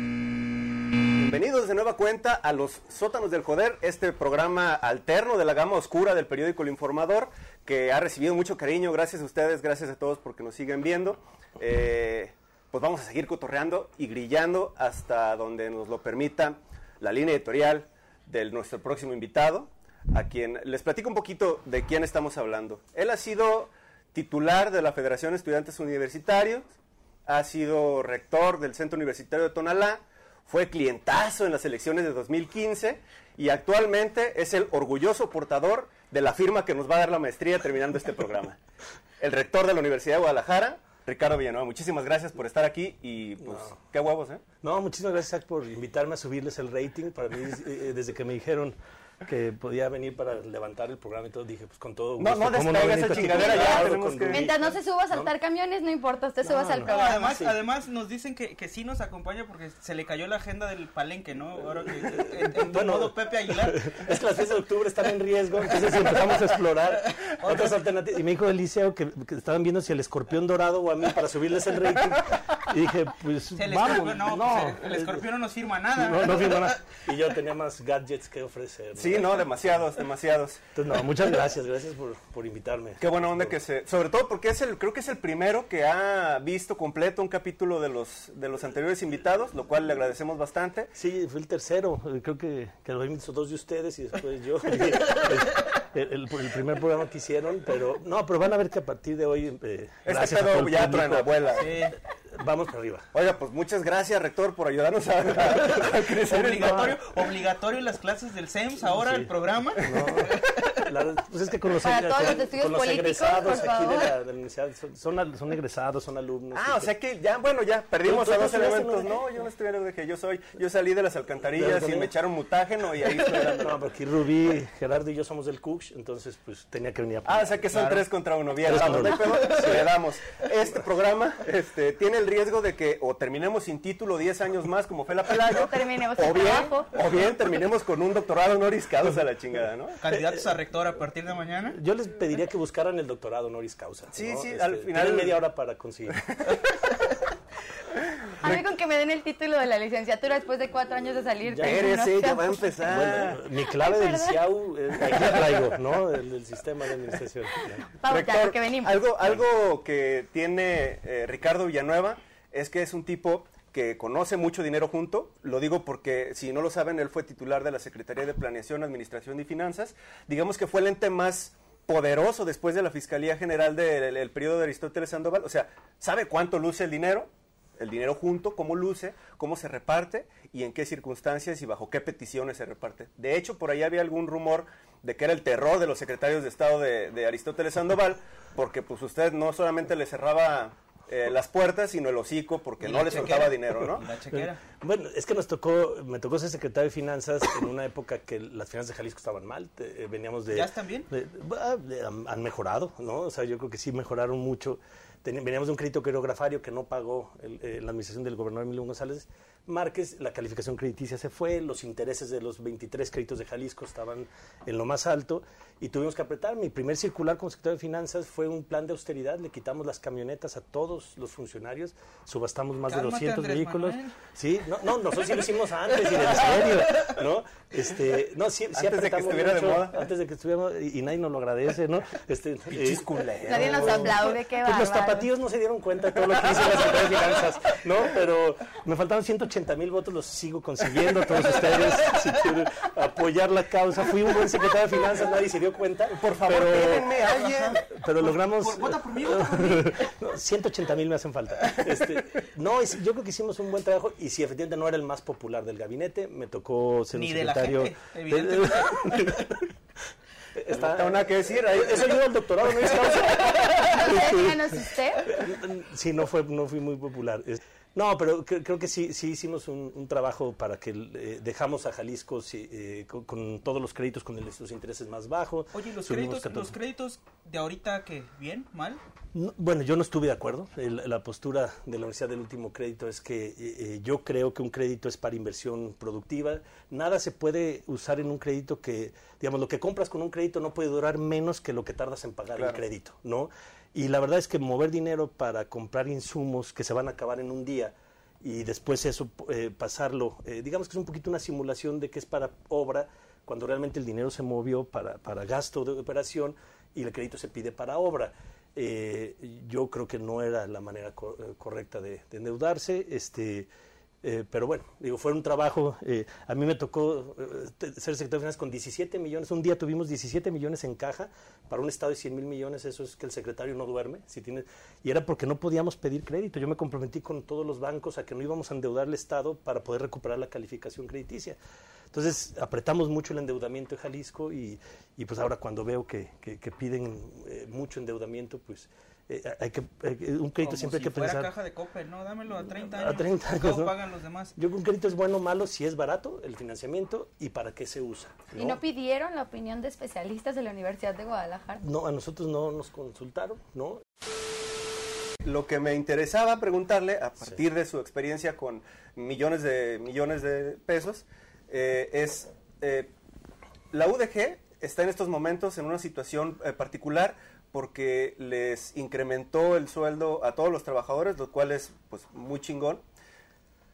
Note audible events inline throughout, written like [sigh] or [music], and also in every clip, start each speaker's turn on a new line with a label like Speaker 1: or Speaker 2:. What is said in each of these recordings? Speaker 1: Bienvenidos de nueva cuenta a los sótanos del joder, este programa alterno de la gama oscura del periódico El Informador, que ha recibido mucho cariño, gracias a ustedes, gracias a todos porque nos siguen viendo. Eh, pues vamos a seguir cotorreando y grillando hasta donde nos lo permita la línea editorial de nuestro próximo invitado, a quien les platico un poquito de quién estamos hablando. Él ha sido titular de la Federación de Estudiantes Universitarios, ha sido rector del Centro Universitario de Tonalá, fue clientazo en las elecciones de 2015 y actualmente es el orgulloso portador de la firma que nos va a dar la maestría terminando este
Speaker 2: [laughs]
Speaker 1: programa. El rector de la Universidad de Guadalajara, Ricardo Villanueva. Muchísimas gracias por estar aquí y pues
Speaker 2: No.
Speaker 1: qué huevos, ¿eh?
Speaker 2: No, muchísimas gracias Zach, por invitarme a subirles el rating. Para mí, eh, desde que me dijeron que podía venir para levantar el programa y todo, dije, pues con todo
Speaker 1: No,
Speaker 2: gusto.
Speaker 1: no
Speaker 2: ¿Cómo
Speaker 1: despegue
Speaker 2: venir
Speaker 1: esa
Speaker 2: con este
Speaker 1: chingadera ya,
Speaker 2: cuidado,
Speaker 1: tenemos
Speaker 2: con
Speaker 1: que-
Speaker 2: mi-
Speaker 3: Mientras no se suba a saltar camiones, no importa, usted subas al
Speaker 2: no.
Speaker 3: programa.
Speaker 4: Además,
Speaker 2: Ah, sí.
Speaker 4: además nos dicen que, que sí nos acompaña porque se le cayó la agenda del palenque, ¿no? Ahora que en, en
Speaker 2: [laughs] Bueno.
Speaker 4: modo Pepe Aguilar.
Speaker 2: Es que las fiestas de octubre están en riesgo, entonces empezamos
Speaker 1: [laughs]
Speaker 2: a explorar otras alternativas. Y me dijo Eliseo que, que estaban viendo si el escorpión dorado o a mí para subirles el rating. Y dije, pues
Speaker 4: Se le
Speaker 2: vamos.
Speaker 4: escorpió- no, pues, el, el escorpión no nos firma nada.
Speaker 2: No, no firmó nada. Y yo tenía más gadgets que ofrecer. ¿no?
Speaker 1: Sí, no, demasiados, demasiados.
Speaker 2: Entonces, no, muchas gracias, gracias por, por invitarme.
Speaker 1: Qué buena onda que se... Sobre todo porque es el, creo que es el primero que ha visto completo un capítulo de los, de los anteriores invitados, lo cual le agradecemos bastante.
Speaker 2: Sí, fue el tercero. eh, Creo que, que lo hizo dos de ustedes y después
Speaker 3: [laughs]
Speaker 2: yo. El, el- el primer programa que hicieron, pero no, pero van a ver que a partir de hoy. eh,
Speaker 1: Este
Speaker 2: gracias a todo
Speaker 1: pedo
Speaker 2: el
Speaker 1: ya
Speaker 2: público,
Speaker 1: traen abuela.
Speaker 4: Eh,
Speaker 2: Vamos para arriba.
Speaker 1: Oiga, pues muchas gracias, rector, por ayudarnos a, [laughs]
Speaker 2: [laughs]
Speaker 1: a crecer el
Speaker 4: Obligatorio, obligatorio las clases del SEMS ahora
Speaker 2: [laughs]
Speaker 4: el programa.
Speaker 2: No, la verdad, pues es que con los,
Speaker 3: Para
Speaker 2: egre-
Speaker 3: todos los
Speaker 2: con-
Speaker 3: estudios
Speaker 2: con los
Speaker 3: políticos,
Speaker 2: egresados
Speaker 3: por
Speaker 2: aquí de la,
Speaker 3: favor.
Speaker 2: de la universidad son, son, al- son egresados, son alumnos.
Speaker 1: Ah, o sea que ya, bueno, ya
Speaker 2: Tú-
Speaker 1: perdimos
Speaker 2: tú
Speaker 1: a
Speaker 2: no
Speaker 1: dos
Speaker 2: estudiaste
Speaker 1: elementos.
Speaker 2: en la
Speaker 1: No, yo no estudié en la UDG, yo soy, yo salí de las
Speaker 2: ¿De la
Speaker 1: alcantarillas y
Speaker 2: alcantarilla?
Speaker 1: me echaron mutágeno y ahí
Speaker 2: [laughs]
Speaker 1: estoy dando-
Speaker 2: No, porque Rubí, Gerardo y yo somos del Cux, entonces pues tenía que venir a
Speaker 1: Ah, o sea que son
Speaker 2: Claro.
Speaker 1: tres contra uno. Bien,
Speaker 2: Tres
Speaker 1: vamos,
Speaker 2: contra
Speaker 1: no hay pedo, le damos. Este programa este, tiene el riesgo de que o terminemos sin título 10 años más, como fue la Pelayo,
Speaker 3: O terminemos
Speaker 1: o
Speaker 3: sin
Speaker 1: bien,
Speaker 3: trabajo.
Speaker 1: o bien terminemos con un doctorado honoris causa a la chingada, ¿no?
Speaker 4: Candidatos a rector a partir de mañana.
Speaker 2: Yo les pediría que buscaran el doctorado honoris causa.
Speaker 1: Sí,
Speaker 2: ¿no? Este,
Speaker 1: sí, al final-
Speaker 2: tienen media hora para conseguir.
Speaker 3: A mí con que me den el título de la licenciatura después de cuatro años de salir.
Speaker 2: Ya
Speaker 3: tengo unos
Speaker 1: Espérese, ya va a
Speaker 3: campos.
Speaker 1: empezar.
Speaker 2: Bueno, mi clave
Speaker 3: Ay,
Speaker 2: del
Speaker 3: perdón.
Speaker 2: CIAU, eh, aquí la traigo, ¿no? El, el sistema de
Speaker 3: [laughs]
Speaker 2: administración.
Speaker 3: Vamos, ya,
Speaker 1: Rector,
Speaker 3: lo que venimos.
Speaker 1: Algo, algo que tiene eh, Ricardo Villanueva es que es un tipo que conoce mucho dinero junto. Lo digo porque, si no lo saben, él fue titular de la Secretaría de Planeación, Administración y Finanzas. Digamos que fue el ente más poderoso después de la Fiscalía General del el periodo de Aristóteles Sandoval. O sea, sabe cuánto luce el dinero, el dinero junto, cómo luce, cómo se reparte y en qué circunstancias y bajo qué peticiones se reparte. De hecho, por ahí había algún rumor de que era el terror de los secretarios de Estado de, de Aristóteles Sandoval, porque pues usted no solamente le cerraba eh, las puertas, sino el hocico, porque
Speaker 4: Y
Speaker 1: no
Speaker 4: la
Speaker 1: le
Speaker 4: chequera.
Speaker 1: soltaba dinero, ¿no?
Speaker 4: [laughs] La chequera.
Speaker 2: Bueno, es que nos tocó, me tocó ser secretario de finanzas en una época que las finanzas de Jalisco estaban mal. te- eh, veníamos de.
Speaker 4: ¿Ya están bien?
Speaker 2: de- ah, de- han, han mejorado, ¿no? O sea, yo creo que sí mejoraron mucho. Teni- veníamos de un crédito criografario que no pagó el- eh, la administración del gobernador Emilio González Márquez. La calificación crediticia se fue, los intereses de los 23 créditos de Jalisco estaban en lo más alto y tuvimos que apretar. Mi primer circular como secretario de finanzas fue un plan de austeridad. Le quitamos las camionetas a todos los funcionarios, subastamos más de
Speaker 4: Cálmate,
Speaker 2: 200
Speaker 4: Andrés
Speaker 2: vehículos.
Speaker 4: Manuel.
Speaker 2: Sí, no, no, nosotros sí lo hicimos antes y de en serio, ¿no? Este, no, sí, sí
Speaker 1: Antes de que
Speaker 2: apretamos
Speaker 1: estuviera de
Speaker 2: mucho,
Speaker 1: moda.
Speaker 2: Antes de que estuviéramos, y, y nadie nos lo agradece, ¿no? Este,
Speaker 1: Pinches
Speaker 2: eh,
Speaker 1: culeros.
Speaker 3: Nadie nos aplaude, qué
Speaker 2: pues los
Speaker 3: bárbaro.
Speaker 2: tapatíos no se dieron cuenta de todo lo que hizo la Secretaría de Finanzas, ¿no? Pero me faltaron 180 mil votos, los sigo consiguiendo todos ustedes. Si quieren apoyar la causa, fui un buen secretario de Finanzas, nadie se dio cuenta.
Speaker 1: Por favor,
Speaker 2: pero,
Speaker 1: pédenme a alguien.
Speaker 2: pero logramos.
Speaker 4: Pues, Por- vota por mí,
Speaker 2: [laughs] No, 180 mil me hacen falta. Este, no, es- yo creo que hicimos un buen trabajo y si efectivamente no era el más popular del gabinete, me tocó ser
Speaker 4: Ni
Speaker 2: un
Speaker 4: de la
Speaker 2: secretario.
Speaker 4: gente, evidentemente.
Speaker 2: [laughs] Está-
Speaker 1: No tengo nada que decir, ahí-
Speaker 2: Eso ayuda al doctorado, ¿no? Es causa.
Speaker 3: Entonces, díganos usted.
Speaker 2: Sí, no, fue, no fui muy popular. Es- No, pero cre- creo que sí, sí hicimos un, un trabajo para que eh, dejamos a Jalisco sí, eh, con, con todos los créditos, con el- los intereses más bajos.
Speaker 4: Oye, los
Speaker 2: Subimos
Speaker 4: créditos,
Speaker 2: 14.
Speaker 4: los créditos de ahorita que bien, mal.
Speaker 2: No, bueno, yo no estuve de acuerdo. El- la postura de la Universidad del Último Crédito es que eh, eh, yo creo que un crédito es para inversión productiva. Nada se puede usar en un crédito que, digamos, lo que compras con un crédito no puede durar menos que lo que tardas en pagar el crédito, ¿no? Y Y la verdad es que mover dinero para comprar insumos que se van a acabar en un día y después eso eh, pasarlo, eh, digamos que es un poquito una simulación de que es para obra, cuando realmente el dinero se movió para, para gasto de operación y el crédito se pide para obra. Eh, yo creo que no era la manera co- eh, correcta de, de endeudarse, este, eh, pero bueno, digo, fue un trabajo, eh, a mí me tocó eh, te- ser secretario de Finanzas con 17 millones, un día tuvimos 17 millones en caja, para un Estado de 100 mil millones, eso es que el secretario no duerme, si tiene, y era porque no podíamos pedir crédito, yo me comprometí con todos los bancos a que no íbamos a endeudar al Estado para poder recuperar la calificación crediticia. Entonces apretamos mucho el endeudamiento de Jalisco y, y, pues ahora cuando veo que, que- que piden eh, mucho endeudamiento, pues eh, hay que, hay que- un crédito
Speaker 4: Como
Speaker 2: siempre
Speaker 4: si
Speaker 2: hay que
Speaker 4: fuera
Speaker 2: pensar.
Speaker 4: caja de Coppel, no, dámelo a 30
Speaker 2: A
Speaker 4: años.
Speaker 2: 30 años,
Speaker 4: Luego
Speaker 2: ¿no?
Speaker 4: pagan los demás.
Speaker 2: Yo creo que un crédito es bueno o malo si es barato el financiamiento y para qué se usa.
Speaker 3: ¿Y no pidieron la opinión de especialistas de la Universidad de Guadalajara?
Speaker 2: No, a nosotros no nos consultaron, ¿no?
Speaker 1: Lo que me interesaba preguntarle, a partir de su experiencia con millones de millones de pesos, eh, es eh, la UDG está en estos momentos en una situación eh, particular porque les incrementó el sueldo a todos los trabajadores, lo cual es pues muy chingón,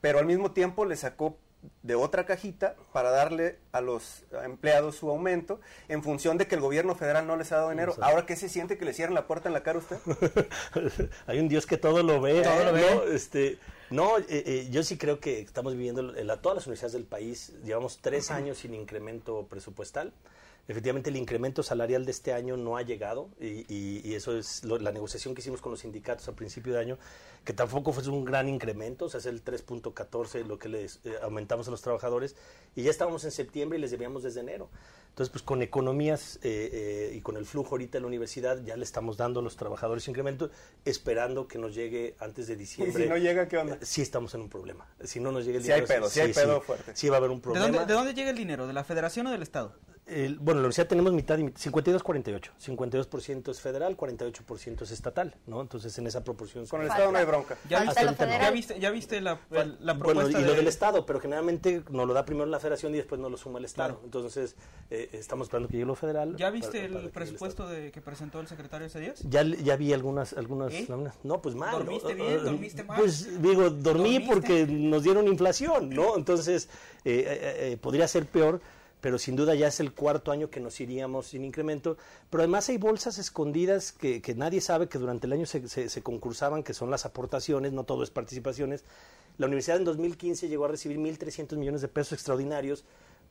Speaker 1: pero al mismo tiempo le sacó de otra cajita para darle a los empleados su aumento en función de que el gobierno federal no les ha dado dinero.
Speaker 2: Exacto.
Speaker 1: Ahora, ¿qué se siente que le cierren la puerta en la cara a usted?
Speaker 2: Hay un Dios que todo lo ve.
Speaker 1: Todo
Speaker 2: ¿eh?
Speaker 1: lo ve.
Speaker 2: No, este, no eh, eh, yo sí creo que estamos viviendo, en la- todas las universidades del país, llevamos tres años sin incremento presupuestal. Efectivamente, el incremento salarial de este año no ha llegado y, y- y eso es lo- la negociación que hicimos con los sindicatos al principio de año, que tampoco fue un gran incremento, o sea, es el 3.14 lo que les eh, aumentamos a los trabajadores y ya estábamos en septiembre y les debíamos desde enero. Entonces, pues con economías eh, eh, y con el flujo ahorita en la universidad ya le estamos dando a los trabajadores incremento, esperando que nos llegue antes de
Speaker 1: Y
Speaker 2: diciembre.
Speaker 1: [laughs] si no llega, ¿qué onda?
Speaker 2: Sí estamos en un problema. Si no nos llega el
Speaker 1: Sí hay
Speaker 2: dinero,
Speaker 1: pedo, sí hay pedo fuerte.
Speaker 2: Sí va a haber un
Speaker 4: ¿De
Speaker 2: problema.
Speaker 4: dónde, ¿De dónde llega el dinero? ¿De la federación o del estado?
Speaker 2: El- bueno, la universidad tenemos mitad y mitad, 52-48. 52% es federal, 48% es estatal, ¿no? Entonces, en esa proporción...
Speaker 1: Con el
Speaker 3: Falta.
Speaker 1: Estado no hay bronca.
Speaker 4: ¿Ya
Speaker 3: Falta
Speaker 4: viste,
Speaker 2: lo
Speaker 4: ya
Speaker 3: federal.
Speaker 4: viste, ya viste la, el- la
Speaker 2: Bueno,
Speaker 4: propuesta
Speaker 2: y lo
Speaker 4: de-
Speaker 2: del Estado, pero generalmente nos lo da primero la federación y después nos lo suma el Estado.
Speaker 4: Claro.
Speaker 2: Entonces, eh, estamos esperando que llegue lo federal.
Speaker 4: ¿Ya
Speaker 2: para- para
Speaker 4: viste
Speaker 2: que llegue
Speaker 4: el
Speaker 2: Estado.
Speaker 4: presupuesto de, que presentó el secretario ese día?
Speaker 2: Ya, le- ya vi algunas algunas
Speaker 4: ¿Eh?
Speaker 2: láminas. No, pues mal.
Speaker 4: ¿Dormiste
Speaker 2: ¿no?
Speaker 4: bien?
Speaker 2: Eh,
Speaker 4: ¿Dormiste mal?
Speaker 2: Pues digo, dormí
Speaker 4: ¿Dormiste?
Speaker 2: porque nos dieron inflación, ¿no? Entonces, eh, eh, eh, podría ser peor, pero sin duda ya es el cuarto año que nos iríamos sin incremento. Pero además hay bolsas escondidas que, que nadie sabe que durante el año se, se- se concursaban, que son las aportaciones, no todo es participaciones. La universidad en 2015 llegó a recibir 1.300 millones de pesos extraordinarios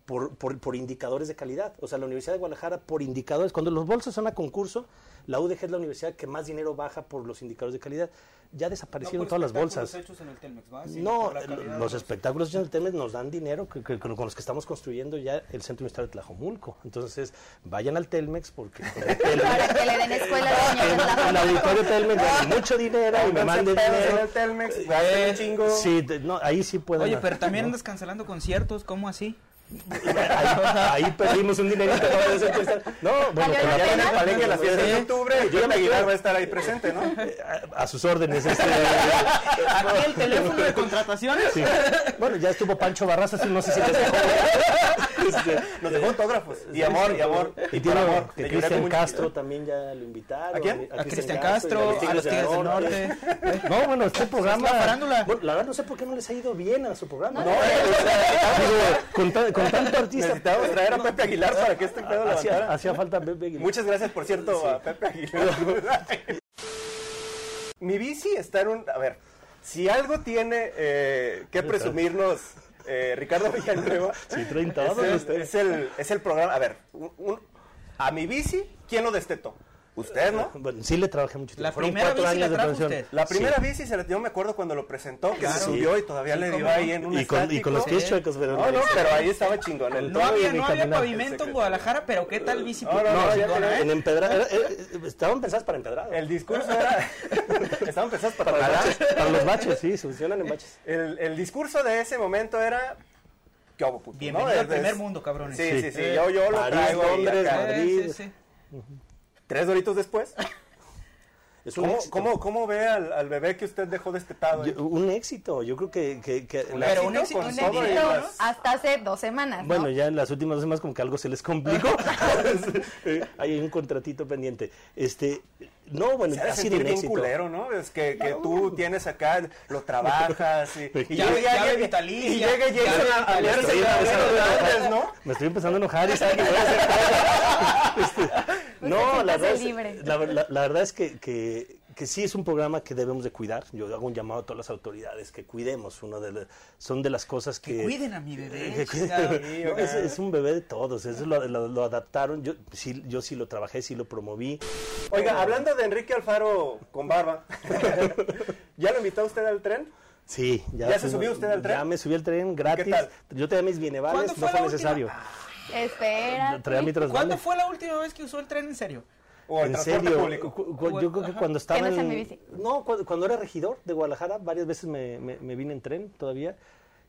Speaker 2: por, por- por indicadores de calidad. O sea, la Universidad de Guadalajara, por indicadores, cuando los bolsos son a concurso, la UDG es la universidad que más dinero baja por los indicadores de calidad. Ya desaparecieron
Speaker 4: No, pues, por
Speaker 2: todas las
Speaker 4: espectáculos
Speaker 2: bolsas.
Speaker 4: hechos en el Telmex, ¿va? Sí,
Speaker 2: No,
Speaker 4: por la
Speaker 2: lo-
Speaker 4: calidad
Speaker 2: los
Speaker 4: de los-
Speaker 2: espectáculos de Telmex nos dan dinero que, que- con los que estamos construyendo ya el Centro Universitario de Tlajomulco. Entonces, vayan al Telmex porque el, Telmex-
Speaker 3: Para que le den escuela a los niños de la
Speaker 2: el auditorio Telmex gana mucho dinero y me
Speaker 1: Pónganse
Speaker 2: manden
Speaker 1: pedos en el
Speaker 2: dinero. Eh,
Speaker 1: Telmex, gasten un chingo.
Speaker 2: Sí, de- no, ahí sí pueden.
Speaker 4: Oye, pero también
Speaker 2: ¿no?
Speaker 4: andas cancelando conciertos, ¿cómo así?
Speaker 2: [laughs] ahí, ahí perdimos un dinerito. ¿no? Eso cuesta- No, bueno,
Speaker 3: ¿Valió
Speaker 2: con
Speaker 3: la
Speaker 1: Ya
Speaker 2: la-
Speaker 1: ven el
Speaker 3: pena?
Speaker 1: palenque las fiestas de
Speaker 4: Sí.
Speaker 1: octubre y Julián Aguilar va a estar ahí presente, ¿no? [laughs]
Speaker 2: a- a sus órdenes. este,
Speaker 4: Aquí [laughs] el teléfono de contrataciones.
Speaker 2: sí. Bueno, ya estuvo Pancho Barraza, sí, no sé si les dejó.
Speaker 1: [laughs]
Speaker 2: Este,
Speaker 1: Nos dejó autógrafos. Y amor, y amor.
Speaker 2: Y tiene
Speaker 1: por
Speaker 2: amor, que
Speaker 1: Le lloré
Speaker 2: Cristian
Speaker 1: muy-
Speaker 2: Castro también ya lo invitaron. eh,
Speaker 1: ¿A quién?
Speaker 4: A Cristian Castro,
Speaker 2: y
Speaker 4: a los Tigres del
Speaker 2: Norte. [laughs]
Speaker 4: Norte.
Speaker 2: No, bueno, este programa.
Speaker 4: la farándula.
Speaker 2: Bueno, la verdad no sé por qué no les ha ido bien a su programa. [laughs]
Speaker 3: No,
Speaker 2: No, eh, con, ta- con [laughs] tanto artista.
Speaker 1: Necesitamos traer a Pepe Aguilar para que este pedo
Speaker 2: Hacía,
Speaker 1: levantara.
Speaker 2: hacía falta Pepe Aguilar.
Speaker 1: Muchas gracias, por cierto, a Pepe Aguilar. [laughs] Mi bici está en un... A ver, si algo tiene eh, que presumirnos eh, Ricardo Villanueva...
Speaker 2: [laughs] Sí, traen todo,
Speaker 1: es el,
Speaker 2: usted.
Speaker 1: es, el, es el programa... A ver, un- un- a mi bici, ¿quién lo destetó? Usted, ¿no?
Speaker 2: Bueno, sí le trabajé mucho tiempo.
Speaker 4: La
Speaker 2: Fueron
Speaker 4: primera
Speaker 2: cuatro
Speaker 4: bici la
Speaker 2: años de
Speaker 4: trajo
Speaker 2: producción.
Speaker 4: usted.
Speaker 1: La
Speaker 2: Sí.
Speaker 1: primera bici, se la, yo me acuerdo cuando lo presentó, que se
Speaker 4: Claro.
Speaker 1: subió y todavía
Speaker 4: Sí,
Speaker 1: le dio
Speaker 4: cómo
Speaker 1: ahí
Speaker 4: no.
Speaker 1: en un
Speaker 2: Y con, y
Speaker 1: estático.
Speaker 2: con los pies
Speaker 4: Sí.
Speaker 2: chuecos, pero este
Speaker 1: No, no, pero ahí estaba chingón. El
Speaker 4: [laughs] No
Speaker 1: todo
Speaker 4: había,
Speaker 1: y
Speaker 4: no había
Speaker 1: caminar.
Speaker 4: pavimento en Guadalajara, pero ¿qué tal bici?
Speaker 1: No, no, no, ya
Speaker 4: chingona,
Speaker 1: tenía-
Speaker 4: ¿eh?
Speaker 2: en empedrado. era- [laughs] era- estaban pensadas para empedrado.
Speaker 1: El discurso era... [laughs] Estaban pensados para
Speaker 2: para, los
Speaker 1: jalar.
Speaker 2: baches, para los baches, sí, se funcionan [laughs] en baches.
Speaker 1: El, el discurso de ese momento era... ¿Qué hago, puto?
Speaker 4: Bienvenido
Speaker 1: Es-
Speaker 4: al primer
Speaker 1: es-
Speaker 4: mundo, cabrones.
Speaker 1: Sí, sí, sí.
Speaker 4: Eh,
Speaker 1: yo, yo lo
Speaker 2: París,
Speaker 1: traigo. ahí
Speaker 2: Londres,
Speaker 1: acá.
Speaker 2: Madrid.
Speaker 4: Eh, sí, sí.
Speaker 1: Tres doritos después.
Speaker 2: Es un
Speaker 1: ¿Cómo,
Speaker 2: éxito.
Speaker 1: cómo, cómo ve al, al bebé que usted dejó destetado?
Speaker 2: Yo- un éxito, yo creo que... que- que la-
Speaker 4: Pero un éxito
Speaker 1: con
Speaker 3: Un
Speaker 1: todo y
Speaker 3: éxito
Speaker 1: las-
Speaker 3: hasta hace dos semanas,
Speaker 2: bueno,
Speaker 3: ¿no?
Speaker 2: ya en las últimas dos [laughs]
Speaker 3: [laughs]
Speaker 2: semanas como que algo se les complicó. Eh, Hay un contratito pendiente. Este, No, bueno,
Speaker 1: Se ha de
Speaker 2: ha sido
Speaker 1: sentir
Speaker 2: un
Speaker 1: bien
Speaker 2: éxito.
Speaker 1: culero, ¿no? Es que, que tú tienes acá, lo trabajas y, y
Speaker 4: Ya-
Speaker 1: llega-
Speaker 4: ya
Speaker 1: llega-
Speaker 4: ve vitalicia.
Speaker 1: y llega Jason a- a
Speaker 4: Ya
Speaker 1: leerse
Speaker 2: estoy
Speaker 1: el tablero
Speaker 2: empezando a
Speaker 1: de
Speaker 2: enojar.
Speaker 1: antes, ¿no?
Speaker 2: Me estoy empezando a enojar y sabe que voy a hacer
Speaker 3: [laughs]
Speaker 2: cosas. Este,
Speaker 3: Pues
Speaker 2: no,
Speaker 3: te
Speaker 2: la
Speaker 3: sientas
Speaker 2: verdad,
Speaker 3: libre.
Speaker 2: es, la, la- la verdad es que, que- que sí es un programa que debemos de cuidar. Yo hago un llamado a todas las autoridades que cuidemos. Una de la- son de las cosas que... [laughs]
Speaker 4: Que cuiden a mi bebé,
Speaker 2: que cuiden-
Speaker 4: chingado.
Speaker 2: No, es, es un bebé de todos. Eso lo, lo- lo adaptaron. Yo sí, yo sí lo trabajé, sí lo promoví.
Speaker 1: Oiga, hablando de Enrique Alfaro con
Speaker 2: [laughs]
Speaker 1: barba, ¿ya lo invitó usted al tren?
Speaker 2: Sí,
Speaker 1: ¿Ya se
Speaker 2: fuimos-
Speaker 1: subió usted al tren?
Speaker 2: Ya me subí al tren gratis.
Speaker 1: ¿Qué tal?
Speaker 2: Yo tenía mis
Speaker 4: ¿Cuándo
Speaker 2: bienevales, no
Speaker 4: fue
Speaker 2: fue
Speaker 4: la última?
Speaker 2: necesario.
Speaker 3: Espera.
Speaker 2: Traía mi trasvale.
Speaker 4: Ah, ¿Cuándo fue la última vez que usó el tren en serio?
Speaker 1: ¿O el
Speaker 2: ¿En
Speaker 1: transporte
Speaker 2: serio?
Speaker 1: público?
Speaker 2: Cu- cu- Yo creo que cuando estaba
Speaker 3: no sea
Speaker 2: en-
Speaker 3: mi bici.
Speaker 2: No, cuando, cuando era regidor de Guadalajara, varias veces me, me- me vine en tren todavía.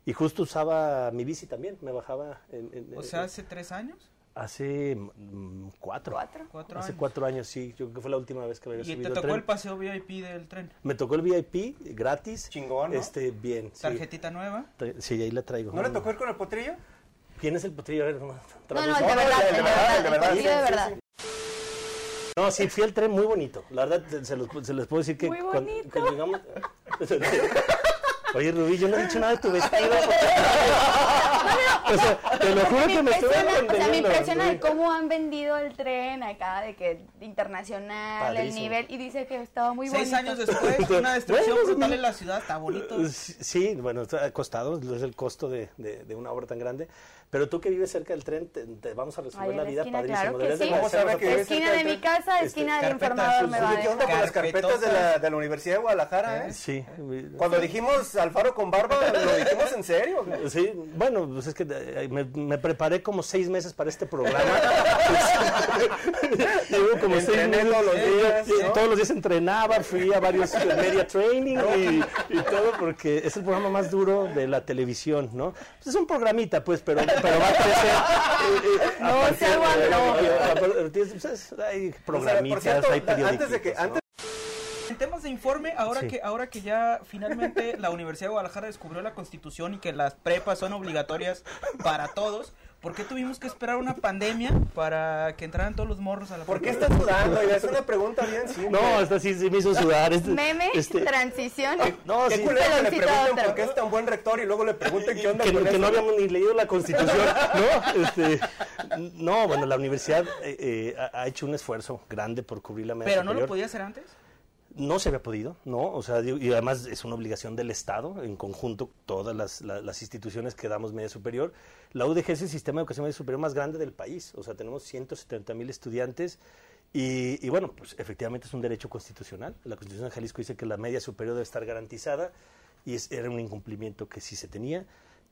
Speaker 2: Y justo usaba mi bici también, me bajaba en... en-
Speaker 4: O sea,
Speaker 2: en-
Speaker 4: hace tres años,
Speaker 2: hace mm, cuatro.
Speaker 3: Cuatro.
Speaker 4: cuatro
Speaker 2: hace
Speaker 4: años.
Speaker 2: cuatro años, sí. Yo creo que fue la última vez que me había
Speaker 4: Y
Speaker 2: subido
Speaker 4: te
Speaker 2: al
Speaker 4: tocó
Speaker 2: tren.
Speaker 4: el paseo VIP del tren.
Speaker 2: Me tocó el VIP gratis.
Speaker 1: Chingón, ¿no?
Speaker 2: Este, bien, sí.
Speaker 4: Tarjetita nueva.
Speaker 2: Tra- Sí, ahí la traigo.
Speaker 1: ¿No le tocó ir con el potrillo?
Speaker 2: ¿Quién es el potrillo? A ver, no,
Speaker 3: No,
Speaker 2: otra
Speaker 3: no,
Speaker 2: vez.
Speaker 3: el de
Speaker 1: No, no,
Speaker 3: verdad, el de verdad, el de verdad.
Speaker 1: sí, sí, sí,
Speaker 3: verdad.
Speaker 1: sí.
Speaker 2: No, sí, fui al tren muy bonito. La verdad, se- se, los, pu- se les puedo decir que.
Speaker 3: Muy
Speaker 2: cuan-
Speaker 3: bonito.
Speaker 2: cuando llegamos- [laughs] Oye, Rubí, yo no he dicho nada de tu vestido. [laughs] o sea, te lo juro
Speaker 3: Me
Speaker 2: que me estoy
Speaker 3: impresiona, o sea, me
Speaker 2: entendiendo,
Speaker 3: impresiona de
Speaker 2: Rubí.
Speaker 3: cómo han vendido el tren acá, de que internacional, el
Speaker 2: Padrísimo.
Speaker 3: nivel, y dice que estaba muy bonito.
Speaker 4: Seis años
Speaker 2: [laughs]
Speaker 3: [laughs]
Speaker 4: después, una destrucción
Speaker 2: Bueno,
Speaker 4: brutal
Speaker 2: sí.
Speaker 4: en la ciudad. Está bonito.
Speaker 2: Sí, bueno, está- ha costado, es el costo de, de- de una obra tan grande. Pero tú que vives cerca del tren, te, te vamos a resolver
Speaker 3: Ahí en
Speaker 2: la
Speaker 3: la
Speaker 2: vida
Speaker 3: esquina,
Speaker 2: padrísimo.
Speaker 3: claro que
Speaker 2: Deberías de
Speaker 3: sí.
Speaker 1: ¿Cómo
Speaker 2: conocernos
Speaker 1: sabe
Speaker 2: a
Speaker 1: que
Speaker 2: todos.
Speaker 1: es
Speaker 3: Esquina de mi casa, esquina del
Speaker 4: carpeta,
Speaker 3: informador
Speaker 4: sus-
Speaker 3: me va a
Speaker 1: Oye, ¿qué onda con las carpetas de la, de la Universidad de Guadalajara, eh?
Speaker 2: Sí, mi-
Speaker 1: Cuando dijimos Alfaro con barba, lo dijimos en serio. güey.
Speaker 2: Sí, bueno, pues es que eh, me, me preparé como seis meses para
Speaker 1: [laughs]
Speaker 2: este programa. Llevo como seis
Speaker 1: Entrené
Speaker 2: meses.
Speaker 1: todos los días,
Speaker 2: eh,
Speaker 1: ¿no?
Speaker 2: Todos los días entrenaba, fui a varios eh, media training y, y todo, porque es el programa más duro de la televisión, ¿no? Pues es un programita, pues, pero, pero va
Speaker 1: [laughs]
Speaker 2: a Eh, crecer.
Speaker 3: No, se
Speaker 2: eh,
Speaker 3: aguantó.
Speaker 2: no. pues, Hay
Speaker 1: O sea, por
Speaker 2: programitas,
Speaker 1: cierto,
Speaker 2: hay periódicos.
Speaker 1: antes de que, antes
Speaker 4: En temas de informe, ahora
Speaker 2: Sí.
Speaker 4: que ahora que ya finalmente la Universidad de Guadalajara descubrió la Constitución y que las prepas son obligatorias para todos, ¿por qué tuvimos que esperar una pandemia para que entraran todos los morros a la
Speaker 1: ¿Por qué
Speaker 4: prepa?
Speaker 1: estás sudando? Y es una pregunta bien simple.
Speaker 2: No, esta sí, sí me hizo sudar. Este,
Speaker 3: Meme,
Speaker 2: este-
Speaker 3: transición.
Speaker 2: no,
Speaker 1: Qué
Speaker 2: sí.
Speaker 1: culero que le
Speaker 3: Peloncito
Speaker 1: pregunten
Speaker 3: otro.
Speaker 1: por qué es tan buen rector y luego le pregunten qué onda
Speaker 2: que,
Speaker 1: con
Speaker 2: que no
Speaker 1: eso.
Speaker 2: habíamos ni leído la Constitución, ¿no? Este, no, bueno, la universidad eh, eh, ha- ha hecho un esfuerzo grande por cubrir la media
Speaker 4: Pero no lo
Speaker 2: superior.
Speaker 4: podía hacer antes.
Speaker 2: No se había podido, ¿no? O sea, digo, y además es una obligación del Estado, en conjunto, todas las, la- las instituciones que damos media superior. La UDG es el sistema de educación media superior más grande del país, o sea, tenemos 170 mil estudiantes. Y, y bueno, pues efectivamente es un derecho constitucional. La Constitución de Jalisco dice que la media superior debe estar garantizada y es- era un incumplimiento que sí se tenía.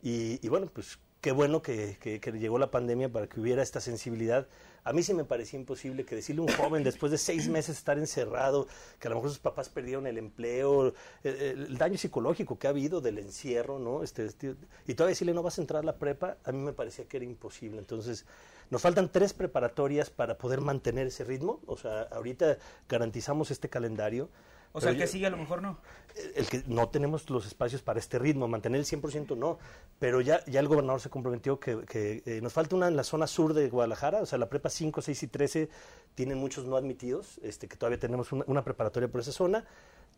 Speaker 2: Y, y bueno, pues qué bueno que, que- que llegó la pandemia para que hubiera esta sensibilidad. A mí sí me parecía imposible que decirle a un joven después de seis meses estar encerrado, que a lo mejor sus papás perdieron el empleo, eh, eh, el, daño psicológico que ha habido del encierro, ¿no? Este, este, y todavía decirle no vas a entrar a la prepa, a mí me parecía que era imposible. Entonces, nos faltan tres preparatorias para poder mantener ese ritmo. O sea, ahorita garantizamos este calendario.
Speaker 4: O sea,
Speaker 2: pero
Speaker 4: el
Speaker 2: yo-
Speaker 4: que sigue a lo mejor no.
Speaker 2: el que no tenemos los espacios para este ritmo, mantener el 100% no, pero ya, ya el gobernador se comprometió que, que, eh, nos falta una en la zona sur de Guadalajara, o sea, la prepa 5, 6 y 13 tienen muchos no admitidos, este, que todavía tenemos una, una preparatoria por esa zona,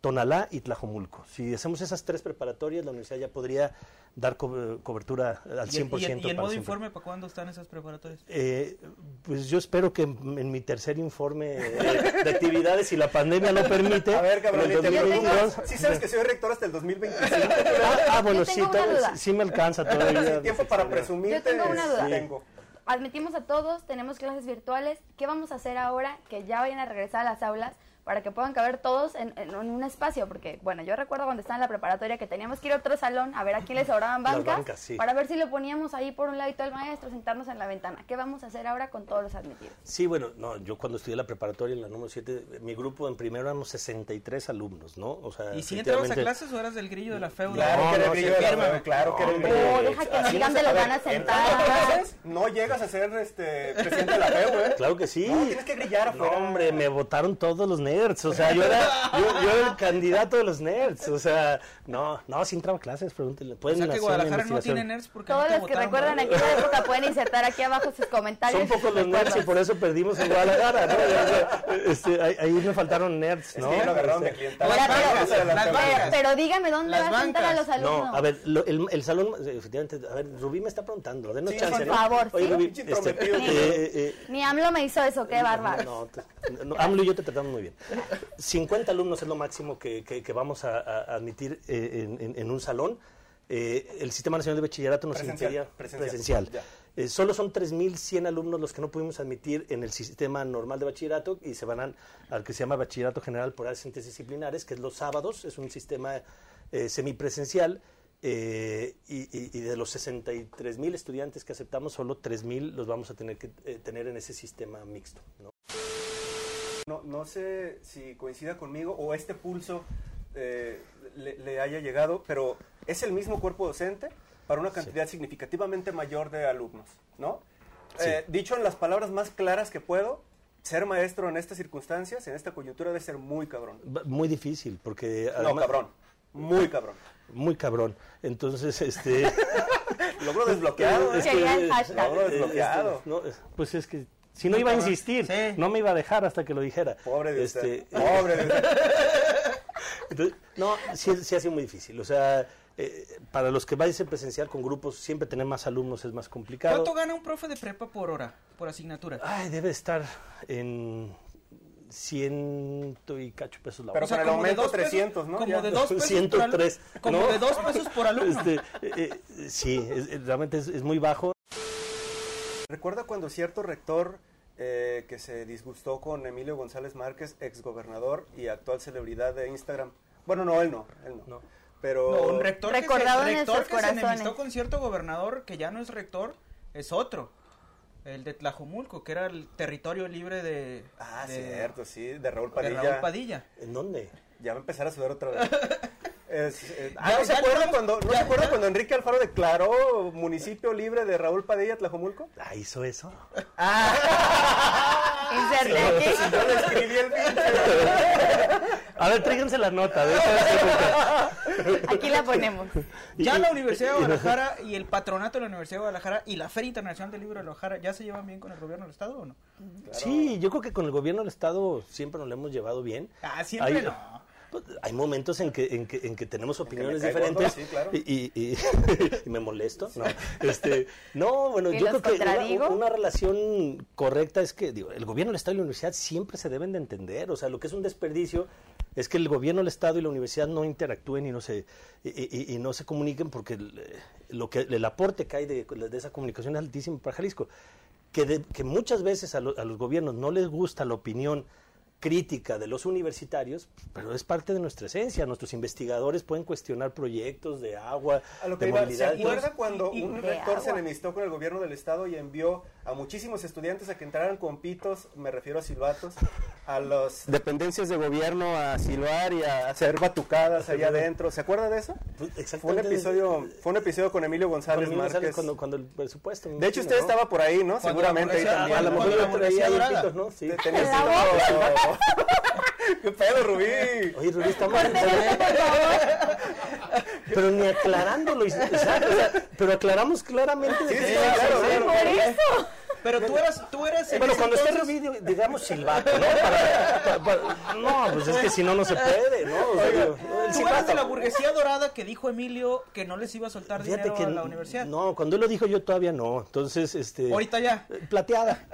Speaker 2: Tonalá y Tlajomulco. Si hacemos esas tres preparatorias, la universidad ya podría dar co- eh, cobertura al 100%.
Speaker 4: ¿Y, el- y, el- y el
Speaker 2: para
Speaker 4: modo
Speaker 2: siempre.
Speaker 4: informe para cuándo están esas preparatorias?
Speaker 2: Eh, pues yo espero que en en mi tercer informe eh, de actividades, si la pandemia lo permite,
Speaker 1: A ver, cabrón,
Speaker 2: en el
Speaker 1: te
Speaker 2: 2022,
Speaker 1: pregunto, ¿sí sabes que soy rector hasta el 2025?
Speaker 2: Ah, ah, bueno,
Speaker 3: Yo
Speaker 2: sí,
Speaker 3: tengo una
Speaker 2: todavía-
Speaker 3: duda.
Speaker 2: sí me alcanza todavía.
Speaker 1: Sin tiempo para presumirte.
Speaker 3: Yo tengo una duda.
Speaker 1: sí tengo.
Speaker 3: Admitimos a todos, tenemos clases virtuales. ¿Qué vamos a hacer ahora que ya vayan a regresar a las aulas para que puedan caber todos en, en un espacio? Porque, bueno, yo recuerdo cuando estaba en la preparatoria que teníamos que ir a otro salón a ver aquí les sobraban
Speaker 2: Las
Speaker 3: bancas,
Speaker 2: bancas, sí.
Speaker 3: para ver si lo poníamos ahí por un lado y todo el maestro, sentarnos en la ventana. ¿Qué vamos a hacer ahora con todos los admitidos?
Speaker 2: Sí, bueno, no, yo cuando estudié la preparatoria en la número 7, mi grupo en primero éramos 63 alumnos, ¿no? O sea,
Speaker 4: ¿Y si entrabas a
Speaker 2: Ah, efectivamente-
Speaker 4: clases o eras del grillo de la feuda?
Speaker 1: Claro que era
Speaker 2: no,
Speaker 1: el brillo
Speaker 2: sí,
Speaker 1: de la
Speaker 2: fírmame.
Speaker 1: fe, claro que era el
Speaker 2: No,
Speaker 1: brillo.
Speaker 3: Oh, deja que nos
Speaker 1: Eh, Así
Speaker 3: digan
Speaker 1: no
Speaker 3: de
Speaker 1: se-
Speaker 3: las
Speaker 1: a ver,
Speaker 3: ganas
Speaker 1: entrando a
Speaker 3: sentadas.
Speaker 1: clases, No llegas a ser este, presidente de la FEU, ¿eh?
Speaker 2: [laughs] Claro que sí.
Speaker 1: No, tienes que brillar
Speaker 2: No,
Speaker 1: afuera.
Speaker 2: hombre, me votaron todos los nerds, o sea, yo era, yo, yo era el candidato de los nerds, o sea, no, no, sí entraba a clases, pregúntenle.
Speaker 4: O
Speaker 2: Pueden
Speaker 4: sea que
Speaker 2: hacer una
Speaker 4: Guadalajara no
Speaker 2: investigación.
Speaker 4: tiene nerds porque
Speaker 3: Todos
Speaker 4: no te
Speaker 3: los que
Speaker 4: votaron,
Speaker 3: recuerdan
Speaker 4: ¿verdad?
Speaker 3: aquella época pueden insertar aquí abajo sus comentarios.
Speaker 2: Son pocos los nerds y por eso perdimos en Guadalajara, ¿no? O sea, este, ahí, ahí me faltaron nerds, ¿no? Este,
Speaker 1: Es que ya lo agarraron
Speaker 2: O sea,
Speaker 1: de cliental.
Speaker 4: Las
Speaker 1: Vamos a
Speaker 4: bancas,
Speaker 1: adelantar.
Speaker 4: las
Speaker 3: Pero,
Speaker 4: bancas.
Speaker 3: pero dígame dónde
Speaker 4: Las
Speaker 3: va a sentar a
Speaker 4: bancas.
Speaker 3: los alumnos.
Speaker 2: No, a ver, lo- el, el salón, efectivamente, a ver, Rubí me está preguntando, denos
Speaker 1: Sí,
Speaker 2: chance,
Speaker 1: por
Speaker 2: ¿no?
Speaker 3: favor,
Speaker 2: Oye,
Speaker 3: sí.
Speaker 2: Rubí,
Speaker 1: Pinche
Speaker 2: este,
Speaker 1: intrometido.
Speaker 2: eh, eh,
Speaker 3: Ni AMLO me hizo eso, qué bárbaro.
Speaker 2: No, te- no, AMLO y yo te tratamos muy bien. 50 alumnos es lo máximo que, que- que vamos a, a admitir eh, en, en- en un salón. Eh, el Sistema Nacional de Bachillerato nos
Speaker 1: Presencial,
Speaker 2: permitía
Speaker 1: presencial, ya.
Speaker 2: Eh, solo son 3.100 alumnos los que no pudimos admitir en el sistema normal de bachillerato y se van al, al que se llama Bachillerato General por Áreas Interdisciplinares, que es los sábados, es un sistema eh, semipresencial. eh, y, y- y de los 63 mil estudiantes que aceptamos, solo 3 mil los vamos a tener que eh, tener en ese sistema mixto. ¿no?
Speaker 1: No, no sé si coincida conmigo o este pulso eh, le, le haya llegado, pero es el mismo cuerpo docente para una cantidad significativamente mayor de alumnos, ¿no?
Speaker 2: Sí.
Speaker 1: Eh, dicho en las palabras más claras que puedo, ser maestro en estas circunstancias, en esta coyuntura, debe ser muy cabrón.
Speaker 2: Va- Muy difícil, porque...
Speaker 1: no,
Speaker 2: además-
Speaker 1: cabrón. Muy cabrón.
Speaker 2: Muy cabrón.
Speaker 1: [laughs]
Speaker 2: Entonces, este...
Speaker 1: Logro desbloqueado. ¿eh?
Speaker 3: Es que- Quería el hashtag.
Speaker 1: Logro desbloqueado.
Speaker 2: este, no, es- pues es que... Si no iba a
Speaker 4: cabrón.
Speaker 2: insistir,
Speaker 4: Sí.
Speaker 2: no me iba a dejar hasta que lo dijera.
Speaker 1: Pobre de
Speaker 2: Este,
Speaker 1: usted. Pobre de usted.
Speaker 2: Entonces, no, sí, sí ha sido muy difícil. O sea, eh, para los que vais a presenciar con grupos, siempre tener más alumnos es más complicado.
Speaker 4: ¿Cuánto gana un profe de prepa por hora, por asignatura?
Speaker 2: Ay, debe estar en ciento y cacho pesos la hora.
Speaker 1: Pero con el
Speaker 4: como de
Speaker 1: aumento
Speaker 4: dos pesos-
Speaker 1: 300, ¿no?
Speaker 4: Como
Speaker 1: Ya.
Speaker 4: de dos pesos
Speaker 2: 103,
Speaker 4: por alumno. Como
Speaker 2: ¿no?
Speaker 4: de dos pesos por alumno.
Speaker 2: Este, eh, eh, sí, es- es- realmente es- es muy bajo.
Speaker 1: ¿Recuerda cuando cierto rector eh, que se disgustó con Emilio González Márquez, exgobernador y actual celebridad de Instagram? Bueno, no, él no, él no.
Speaker 2: No.
Speaker 1: Pero
Speaker 4: No, un rector
Speaker 3: Recordado en
Speaker 4: que se, rector
Speaker 3: nuestros
Speaker 4: que se
Speaker 3: corazones.
Speaker 4: enemistó con cierto gobernador que ya no es rector, es otro. El de Tlajomulco, que era el territorio libre de,
Speaker 1: Ah,
Speaker 4: de-
Speaker 1: cierto, sí, de Raúl
Speaker 4: de
Speaker 1: Padilla.
Speaker 4: Raúl Padilla.
Speaker 2: ¿En dónde?
Speaker 1: Ya va a empezar a sudar otra
Speaker 4: [laughs]
Speaker 1: vez. Es- eh, ah,
Speaker 4: Ya-
Speaker 1: ¿no se
Speaker 4: ya
Speaker 1: acuerda
Speaker 4: estamos-
Speaker 1: cuando, ¿no
Speaker 4: ya-
Speaker 1: se acuerda
Speaker 4: ya.
Speaker 1: cuando Enrique Alfaro declaró municipio libre de Raúl Padilla,
Speaker 4: [laughs]
Speaker 1: Tlajomulco?
Speaker 2: Ah, hizo eso.
Speaker 3: Inserte aquí.
Speaker 1: Yo le escribí el pinche.
Speaker 2: A ver, tráiganse la nota. de esa-
Speaker 3: Aquí la ponemos.
Speaker 4: Ya
Speaker 2: Y-
Speaker 4: la Universidad de Guadalajara y el patronato de la Universidad de Guadalajara y la Feria Internacional del Libro de Guadalajara, ¿ya se llevan bien con el gobierno del Estado o no?
Speaker 2: Sí, yo creo que con el gobierno del Estado siempre nos lo hemos llevado bien.
Speaker 4: Ah, siempre
Speaker 2: Hay-
Speaker 4: no.
Speaker 2: pues, Hay momentos en que, en que, en que tenemos opiniones
Speaker 1: me cae gordo,
Speaker 2: diferentes
Speaker 1: sí, claro.
Speaker 2: y, y- [laughs] y- y me molesto. No, este, no bueno,
Speaker 3: ¿Y
Speaker 2: yo
Speaker 3: los
Speaker 2: creo que una-
Speaker 3: contradigo?
Speaker 2: una, relación correcta es que digo, el gobierno del Estado y la universidad siempre se deben de entender. O sea, lo que es un desperdicio es que el gobierno del Estado y la universidad no interactúen y no se, y, y- y no se comuniquen porque el, eh, lo que, el aporte que hay de, de esa comunicación es altísimo para Jalisco. Que, de- que muchas veces a, lo- a los gobiernos no les gusta la opinión crítica de los universitarios, pero es parte de nuestra esencia. Nuestros investigadores pueden cuestionar proyectos de agua,
Speaker 1: A lo que
Speaker 2: de
Speaker 1: iba, ¿se
Speaker 2: movilidad.
Speaker 1: acuerda cuando
Speaker 4: y-
Speaker 1: un
Speaker 3: de
Speaker 1: rector se
Speaker 3: agua.
Speaker 1: enemistó con el gobierno del estado y envió a muchísimos estudiantes a que entraran con pitos, me refiero a silbatos, a las dependencias de gobierno a silbar y a hacer batucadas allá adentro? ¿Se acuerda de eso?
Speaker 2: Pues,
Speaker 1: Fue un
Speaker 2: exactamente.
Speaker 1: episodio, fue un episodio con Emilio
Speaker 2: Cuando
Speaker 1: González
Speaker 2: Emilio González,
Speaker 1: Márquez.
Speaker 2: cuando, cuando el presupuesto. me
Speaker 1: De hecho,
Speaker 2: imagino,
Speaker 1: usted
Speaker 2: ¿no?
Speaker 1: estaba por ahí, ¿no?
Speaker 4: Cuando
Speaker 1: Seguramente ahí
Speaker 4: la-
Speaker 1: también.
Speaker 2: A lo mejor
Speaker 4: Ah, Cuando la
Speaker 2: yo traía
Speaker 4: Universidad
Speaker 2: ahí
Speaker 4: Dorada.
Speaker 2: pitos, ¿no?
Speaker 1: [laughs]
Speaker 2: Sí.
Speaker 1: Te- tenías
Speaker 3: la
Speaker 1: uno- [laughs] ¿Qué pedo, Rubí?
Speaker 2: Oye, Rubí, está mal. [laughs] Pero ni aclarándolo, Isaac, o sea, pero aclaramos claramente de
Speaker 1: Sí,
Speaker 2: qué
Speaker 1: sí,
Speaker 2: estábamos
Speaker 1: claro,
Speaker 2: hablando.
Speaker 3: Por eso.
Speaker 4: Pero tú eras, tú eras en
Speaker 2: Bueno,
Speaker 4: ese
Speaker 2: cuando esté
Speaker 4: entonces-
Speaker 2: Rubí, di- digamos silbato, ¿no? Para- pa- pa- no, pues es que si no, no se puede, ¿no? O sea, digo, el
Speaker 4: Tú eras de la
Speaker 2: silbato.
Speaker 4: burguesía dorada que dijo Emilio que no les iba a soltar
Speaker 2: Fíjate
Speaker 4: dinero
Speaker 2: que
Speaker 4: a la universidad.
Speaker 2: no, cuando él lo dijo yo todavía no. Entonces, este
Speaker 4: Ahorita ya.
Speaker 2: eh, [laughs] plateada.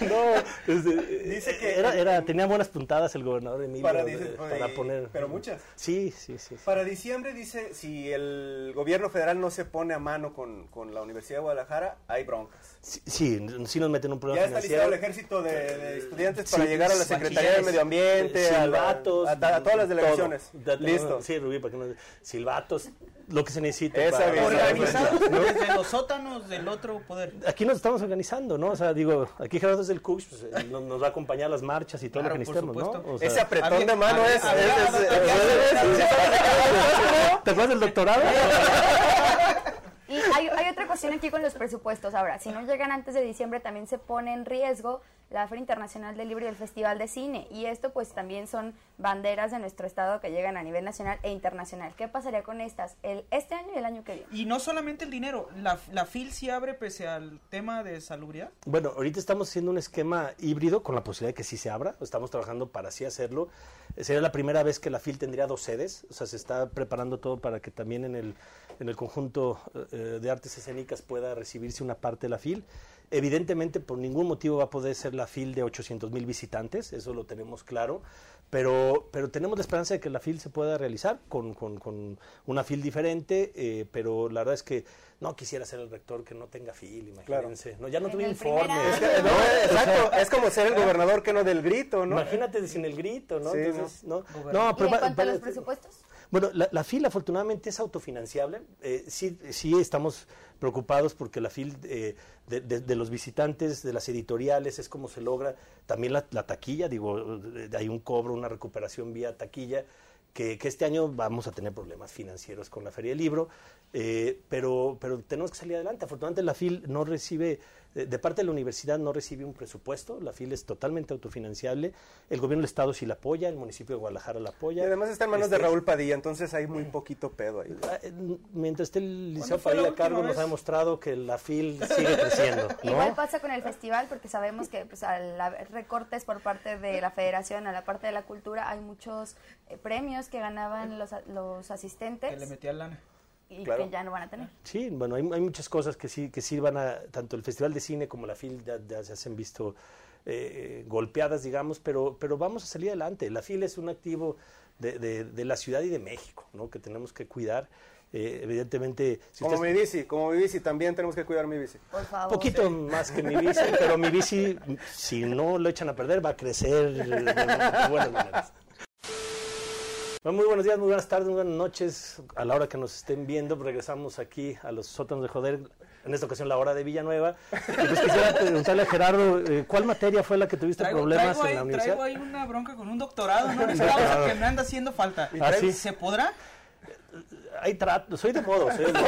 Speaker 2: no, este,
Speaker 1: Dice que-
Speaker 2: era, era tenía buenas puntadas el gobernador Emilio
Speaker 1: Para
Speaker 2: eh,
Speaker 1: dice-
Speaker 2: para
Speaker 1: y-
Speaker 2: poner
Speaker 1: pero muchas.
Speaker 2: Sí, sí, sí.
Speaker 1: Para diciembre dice, si el gobierno federal no se pone a mano con, con la Universidad de Guadalajara, hay broncas.
Speaker 2: Sí, sí, sí nos meten un problema
Speaker 1: Ya está listado
Speaker 2: financiero.
Speaker 1: el ejército de, de estudiantes
Speaker 2: Sí,
Speaker 1: para llegar a la
Speaker 2: sí,
Speaker 1: Secretaría de
Speaker 4: bachilleres,
Speaker 1: Medio Ambiente,
Speaker 2: eh,
Speaker 1: a, la-
Speaker 2: silbatos,
Speaker 1: a ta- a todas las
Speaker 2: todo.
Speaker 1: delegaciones.
Speaker 2: Da- todo.
Speaker 1: Listo.
Speaker 2: Sí, Rubí, para que no silbatos, lo que se necesita
Speaker 1: Esa
Speaker 2: para-
Speaker 1: vez.
Speaker 4: Organizados
Speaker 2: eh,
Speaker 4: desde los sótanos del otro poder.
Speaker 2: Aquí nos estamos organizando, ¿no? O sea, digo, aquí Gerardo es el coach, pues, eh, nos, nos va a acompañar a las marchas y todo
Speaker 4: Claro,
Speaker 2: lo que
Speaker 4: por
Speaker 2: necesitemos,
Speaker 4: supuesto.
Speaker 2: ¿no? O sea,
Speaker 1: Ese apretón
Speaker 4: había-
Speaker 1: de mano
Speaker 4: había-
Speaker 1: es...
Speaker 4: había-
Speaker 1: es- es-
Speaker 4: había-
Speaker 1: es- es-
Speaker 2: ¿Te acuerdas del doctorado?
Speaker 3: Y hay, hay otra cuestión aquí con los presupuestos. Ahora, si no llegan antes de diciembre, también se pone en riesgo la Feria Internacional del Libro y el Festival de Cine. Y esto, pues, también son banderas de nuestro estado que llegan a nivel nacional e internacional. ¿Qué pasaría con estas el, este año y el año que viene?
Speaker 4: Y no solamente el dinero, la, la FIL sí abre pese al tema de salubridad.
Speaker 2: Bueno, ahorita estamos haciendo un esquema híbrido con la posibilidad de que sí se abra. Estamos trabajando para sí hacerlo. Eh, Sería la primera vez que la FIL tendría dos sedes. O sea, se está preparando todo para que también en el, en el conjunto eh, de artes escénicas pueda recibirse una parte de la FIL. Evidentemente, por ningún motivo va a poder ser la FIL de 800 mil visitantes, eso lo tenemos claro, pero, pero tenemos la esperanza de que la FIL se pueda realizar con, con- con una FIL diferente, eh, pero la verdad es que no quisiera ser el rector que no tenga FIL, imagínense. No, ya no
Speaker 3: En
Speaker 2: tuve
Speaker 3: el primer
Speaker 2: informe.
Speaker 3: año.
Speaker 1: Es que, no,
Speaker 2: [laughs]
Speaker 1: exacto, es como ser el gobernador que no del grito, ¿no?
Speaker 2: Imagínate sin el grito, ¿no?
Speaker 1: Sí,
Speaker 2: Entonces, ¿no?
Speaker 4: Gobernador.
Speaker 2: No,
Speaker 3: ¿Y en
Speaker 2: va-
Speaker 3: cuanto a
Speaker 2: va-
Speaker 3: los presupuestos?
Speaker 2: bueno, la, la FIL afortunadamente es autofinanciable. Eh, sí, sí estamos preocupados porque la FIL eh, de, de- de los visitantes, de las editoriales, es como se logra también la, la taquilla. Digo, eh, hay un cobro, una recuperación vía taquilla, que, que este año vamos a tener problemas financieros con la Feria del Libro, eh, pero, pero tenemos que salir adelante. Afortunadamente la FIL no recibe, eh, de, de parte de la universidad no recibe un presupuesto, la FIL es totalmente autofinanciable, el gobierno del Estado sí la apoya, el municipio de Guadalajara la
Speaker 1: Y
Speaker 2: apoya.
Speaker 1: además está en manos
Speaker 2: Este,
Speaker 1: de Raúl Padilla, entonces hay muy poquito pedo ahí.
Speaker 2: Ah, eh, Mientras esté el Liceo
Speaker 4: fue la
Speaker 2: Padilla a
Speaker 4: última
Speaker 2: cargo, nos
Speaker 4: vez?
Speaker 2: ha demostrado que la FIL sigue creciendo. ¿no?
Speaker 3: Igual pasa con el festival, porque sabemos que pues, al haber recortes por parte de la federación a la parte de la cultura, hay muchos eh, premios que ganaban los, a- los
Speaker 4: Que le
Speaker 3: asistentes
Speaker 4: metía lana.
Speaker 3: y
Speaker 1: Claro.
Speaker 3: que ya no van a tener.
Speaker 2: Sí, bueno, hay, hay muchas cosas que sí que sirvan a tanto el Festival de Cine como la FIL ya, ya se han visto eh, golpeadas, digamos, pero, pero vamos a salir adelante. La FIL es un activo de, de- de la ciudad y de México, ¿no? Que tenemos que cuidar. Eh, evidentemente, si
Speaker 1: Como
Speaker 2: ustedes-
Speaker 1: mi bici, como mi bici, también tenemos que cuidar mi bici.
Speaker 3: Por favor.
Speaker 2: poquito más que mi bici, pero mi bici, si no lo echan a perder, va a crecer de buenas maneras. Bueno, muy buenos días, muy buenas tardes, muy buenas noches. A la hora que nos estén viendo, regresamos aquí a los sótanos de joder. En esta ocasión, la hora de Villanueva. Y pues quisiera preguntarle a Gerardo, eh, ¿cuál materia fue la que tuviste
Speaker 4: Traigo,
Speaker 2: problemas
Speaker 4: traigo
Speaker 2: Este en la
Speaker 4: ahí,
Speaker 2: universidad?
Speaker 4: traigo ahí una bronca con un
Speaker 2: [laughs]
Speaker 4: doctorado, ¿no? Es una cosa que me anda haciendo falta.
Speaker 2: ¿Ah, sí?
Speaker 4: ¿Se podrá?
Speaker 2: Ahí trato, soy de modo, soy
Speaker 4: [laughs]
Speaker 2: de modo.